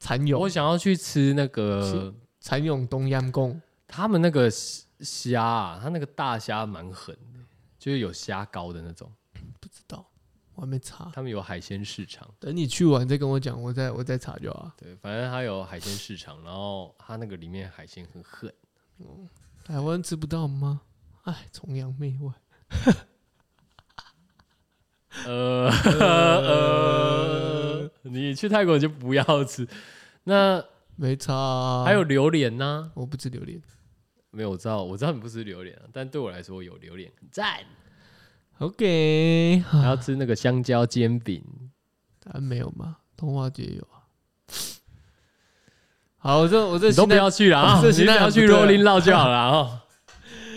[SPEAKER 2] 蚕蛹
[SPEAKER 1] 我，想要去吃那个
[SPEAKER 2] 蚕蛹东阳宫，
[SPEAKER 1] 他们那个虾虾啊，他那个大虾蛮狠的，就是有虾膏的那种，
[SPEAKER 2] 不知道，我还没查。
[SPEAKER 1] 他们有海鲜市场。
[SPEAKER 2] 等你去完再跟我讲，我再我再查就好了。
[SPEAKER 1] 对，反正它有海鲜市场，然后它那个里面海鲜很狠，
[SPEAKER 2] 台湾吃不到吗？哎，崇洋媚外。
[SPEAKER 1] 呃呃，你去泰国就不要吃。那
[SPEAKER 2] 没差、啊
[SPEAKER 1] 还有，榴莲呢、
[SPEAKER 2] 我不吃榴莲。
[SPEAKER 1] 没有，我知道，我知道你不吃榴莲、啊，但对我来说有榴莲很 赞。
[SPEAKER 2] OK，
[SPEAKER 1] 还要吃那个香蕉煎饼，
[SPEAKER 2] 台湾没有吗？通化街有啊。 好，我这我 这
[SPEAKER 1] 你都
[SPEAKER 2] 现
[SPEAKER 1] 不
[SPEAKER 2] 在
[SPEAKER 1] 要去了啊！你
[SPEAKER 2] 哦 这
[SPEAKER 1] 只
[SPEAKER 2] 心态
[SPEAKER 1] 要
[SPEAKER 2] 很不
[SPEAKER 1] 去
[SPEAKER 2] 对啊
[SPEAKER 1] Rolling Loud 就好了啊哦。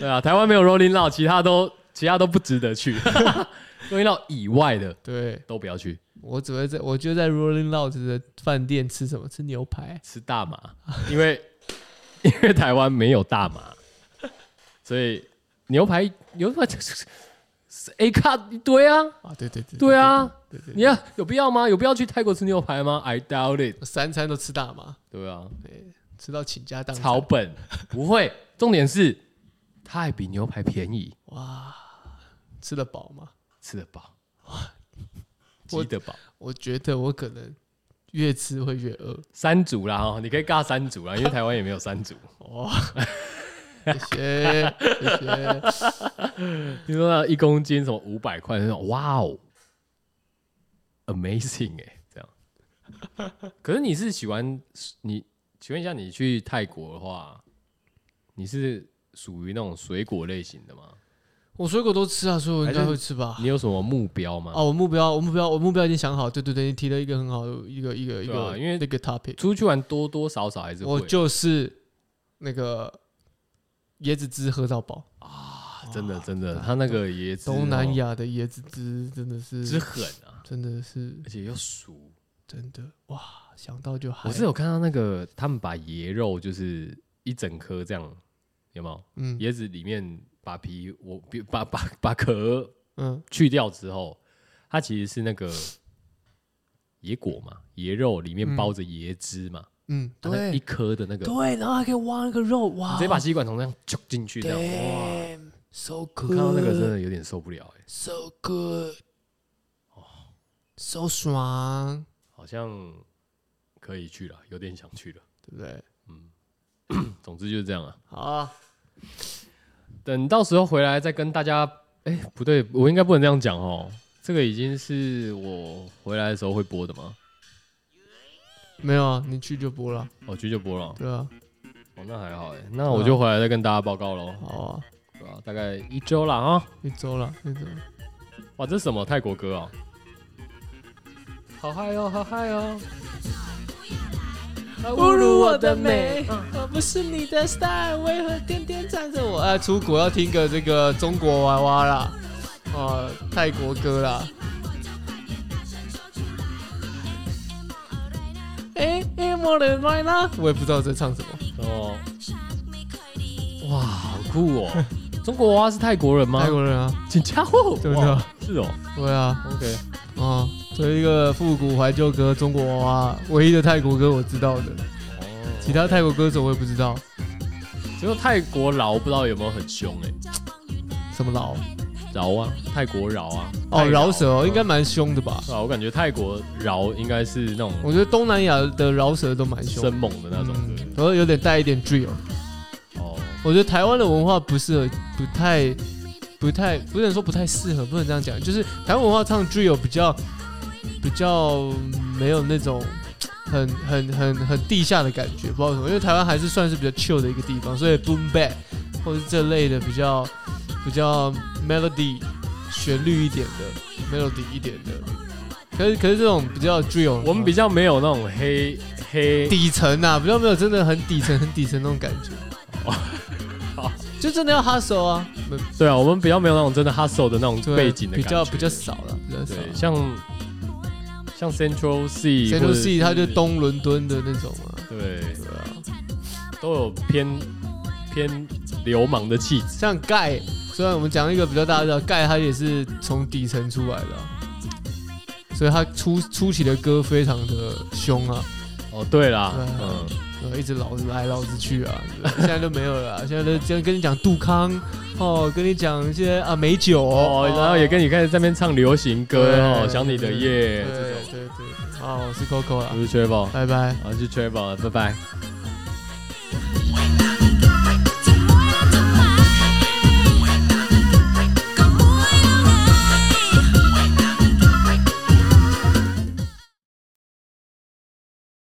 [SPEAKER 1] 对啊，台湾没有 Rolling Loud，其他都其他都不值得 去。Rolling Loud 以外的
[SPEAKER 2] 对
[SPEAKER 1] 都不要去，
[SPEAKER 2] 我只会在我就在 Rolling Loud 的饭店吃什么？吃牛排。
[SPEAKER 1] 吃大麻，因为 因为台湾没有大麻，所以牛排牛排是 A 卡一堆啊，
[SPEAKER 2] 啊，对对对，
[SPEAKER 1] 对啊，
[SPEAKER 2] 对对
[SPEAKER 1] 你要有必要吗？有必要去泰国吃牛排吗？I doubt it。
[SPEAKER 2] 我三餐都吃大麻，
[SPEAKER 1] 对啊，
[SPEAKER 2] 吃到倾家荡产。
[SPEAKER 1] 草本不会，重点是它还比牛排便宜，
[SPEAKER 2] 吃得饱吗？
[SPEAKER 1] 吃得饱，
[SPEAKER 2] 我
[SPEAKER 1] 吃得饱。
[SPEAKER 2] 我觉得我可能越吃会越饿。
[SPEAKER 1] 三组啦哈，你可以尬三组啦，因为台湾也没有三组。
[SPEAKER 2] 哦，谢谢谢谢。
[SPEAKER 1] 你说那一公斤什么五百块那种，哇哦，amazing 哎、这样。可是你是喜欢你，请问一下，你去泰国的话，你是属于那种水果类型的吗？
[SPEAKER 2] 我水果都吃啊，所以我应该
[SPEAKER 1] 还是
[SPEAKER 2] 会吃吧。
[SPEAKER 1] 你有什么目标吗？
[SPEAKER 2] 哦，我目标，我目标，我目标已经想好。对对对，你提了一个很好的一个一个一
[SPEAKER 1] 对啊
[SPEAKER 2] 个，
[SPEAKER 1] 因为
[SPEAKER 2] 那个 topic，
[SPEAKER 1] 出去玩多多少少还是会，
[SPEAKER 2] 我就是那个椰子汁喝到饱。
[SPEAKER 1] 啊真的真的，他那个椰子
[SPEAKER 2] 东南
[SPEAKER 1] 哦
[SPEAKER 2] 亚的椰子汁真的
[SPEAKER 1] 之
[SPEAKER 2] 是，
[SPEAKER 1] 狠啊，
[SPEAKER 2] 真的是
[SPEAKER 1] 而且又熟。
[SPEAKER 2] 真的哇，想到就嗨
[SPEAKER 1] 我。是有看到那个他们把椰肉就是一整颗这样，有没有？
[SPEAKER 2] 嗯
[SPEAKER 1] 椰子里面把皮我把把把壳
[SPEAKER 2] 嗯，
[SPEAKER 1] 去掉之后，它其实是那个野果嘛，椰肉里面包着椰汁嘛，
[SPEAKER 2] 嗯，
[SPEAKER 1] 它那一
[SPEAKER 4] 对
[SPEAKER 1] 颗的那个，你
[SPEAKER 4] 对，然后还可以挖那个肉，哇，
[SPEAKER 1] 直接把吸管从那样揪进去，这样哇，
[SPEAKER 4] ，damn，so
[SPEAKER 1] 我
[SPEAKER 4] good，
[SPEAKER 1] 看到那个真的有点受不了哎、
[SPEAKER 4] so good，
[SPEAKER 2] so 爽，
[SPEAKER 1] 好像可以去了，有点想去了，
[SPEAKER 2] 对不对？
[SPEAKER 1] 总之就是这样啊。
[SPEAKER 2] 好啊，
[SPEAKER 1] 等到时候回来再跟大家，哎、不对，我应该不能这样讲哦。这个已经是我回来的时候会播的吗？
[SPEAKER 2] 没有啊，你去就播了，
[SPEAKER 1] 哦，去就播了哦。
[SPEAKER 2] 对啊，
[SPEAKER 1] 哦，那还好哎，那我就回来再跟大家报告喽，
[SPEAKER 2] 好啊，
[SPEAKER 1] 对吧、大概一周了啊。
[SPEAKER 2] 一周了，一周了，
[SPEAKER 1] 哇，这是什么泰国歌哦？好嗨哦，好嗨哦！
[SPEAKER 2] 侮辱我的美，我不是你的 style，为何天天缠着我？啊，出国要听个这个中国娃娃啦，哦、泰国歌啦。哎哎，莫人来啦！我也不知道在唱什么。
[SPEAKER 1] 哦，哇，好酷哦！中国娃娃是泰国人吗？
[SPEAKER 2] 泰国人啊，
[SPEAKER 1] 请加货，
[SPEAKER 2] 真的
[SPEAKER 1] 哇是哦。
[SPEAKER 2] 对啊，
[SPEAKER 1] OK，
[SPEAKER 2] 哦，作为一个复古怀旧歌，中国娃娃唯一的泰国歌我知道的，
[SPEAKER 1] 哦，
[SPEAKER 2] 其他泰国歌手我也不知道。
[SPEAKER 1] 只有泰国饶不知道有没有很凶哎、
[SPEAKER 2] 什么饶？
[SPEAKER 1] 饶啊，泰国饶啊，
[SPEAKER 2] 哦，
[SPEAKER 1] 泰
[SPEAKER 2] 饶舌哦，应该
[SPEAKER 1] 嗯
[SPEAKER 2] 蛮凶的吧？
[SPEAKER 1] 对啊，我感觉泰国饶应该是那种
[SPEAKER 2] 我觉得东南亚的饶舌都蛮凶的嗯
[SPEAKER 1] 生。猛的那种，对
[SPEAKER 2] 然后有点带一点 drill。
[SPEAKER 1] 哦，
[SPEAKER 2] 我觉得台湾的文化不适合，不太，不太，不能说不太适合，不能这样讲，就是台湾文化唱 drill 比较，比较没有那种很很很很地下的感觉，不知道为什么，因为台湾还是算是比较 chill 的一个地方，所以 boom bap 或是这类的比较比较 melody 旋律一点的 melody 一点的，可是可是这种比较 drill，
[SPEAKER 1] 我们比较没有那种黑黑
[SPEAKER 2] 底层啊，比较没有真的很底层、很底层那种感觉。 就真的要哈手啊，没
[SPEAKER 1] 对啊，我们比较没有那种真的 hustle 的那种
[SPEAKER 2] 对啊
[SPEAKER 1] 背景的
[SPEAKER 2] 比
[SPEAKER 1] 感
[SPEAKER 2] 较
[SPEAKER 1] 觉，
[SPEAKER 2] 比较少了，比较少
[SPEAKER 1] 对，。像像 Central C，
[SPEAKER 2] 谁都是他就
[SPEAKER 1] 都
[SPEAKER 2] 东伦敦的那种嘛，
[SPEAKER 1] 对，
[SPEAKER 2] 对啊，
[SPEAKER 1] 都有偏偏流氓的气质，
[SPEAKER 2] 像盖，虽然我们讲一个比较大的盖，他也是从底层出来的啊、所以他初初期的歌非常的凶啊，
[SPEAKER 1] 哦，对啦，
[SPEAKER 2] 对啊
[SPEAKER 1] 嗯，
[SPEAKER 2] 对，一直老子来老子去啊，对 现在都没有了啊，现在都这样跟你讲杜康哦，跟你讲一些啊美酒
[SPEAKER 1] 哦，然后也跟你开始在那边唱流行歌哦，
[SPEAKER 2] 对
[SPEAKER 1] 想你的
[SPEAKER 2] 对
[SPEAKER 1] 夜这
[SPEAKER 2] 对
[SPEAKER 1] 种，
[SPEAKER 2] 对对，好，我是 Coco 啦
[SPEAKER 1] 啊我，是 Travel，
[SPEAKER 2] 拜拜。
[SPEAKER 1] 我是 Travel，拜拜。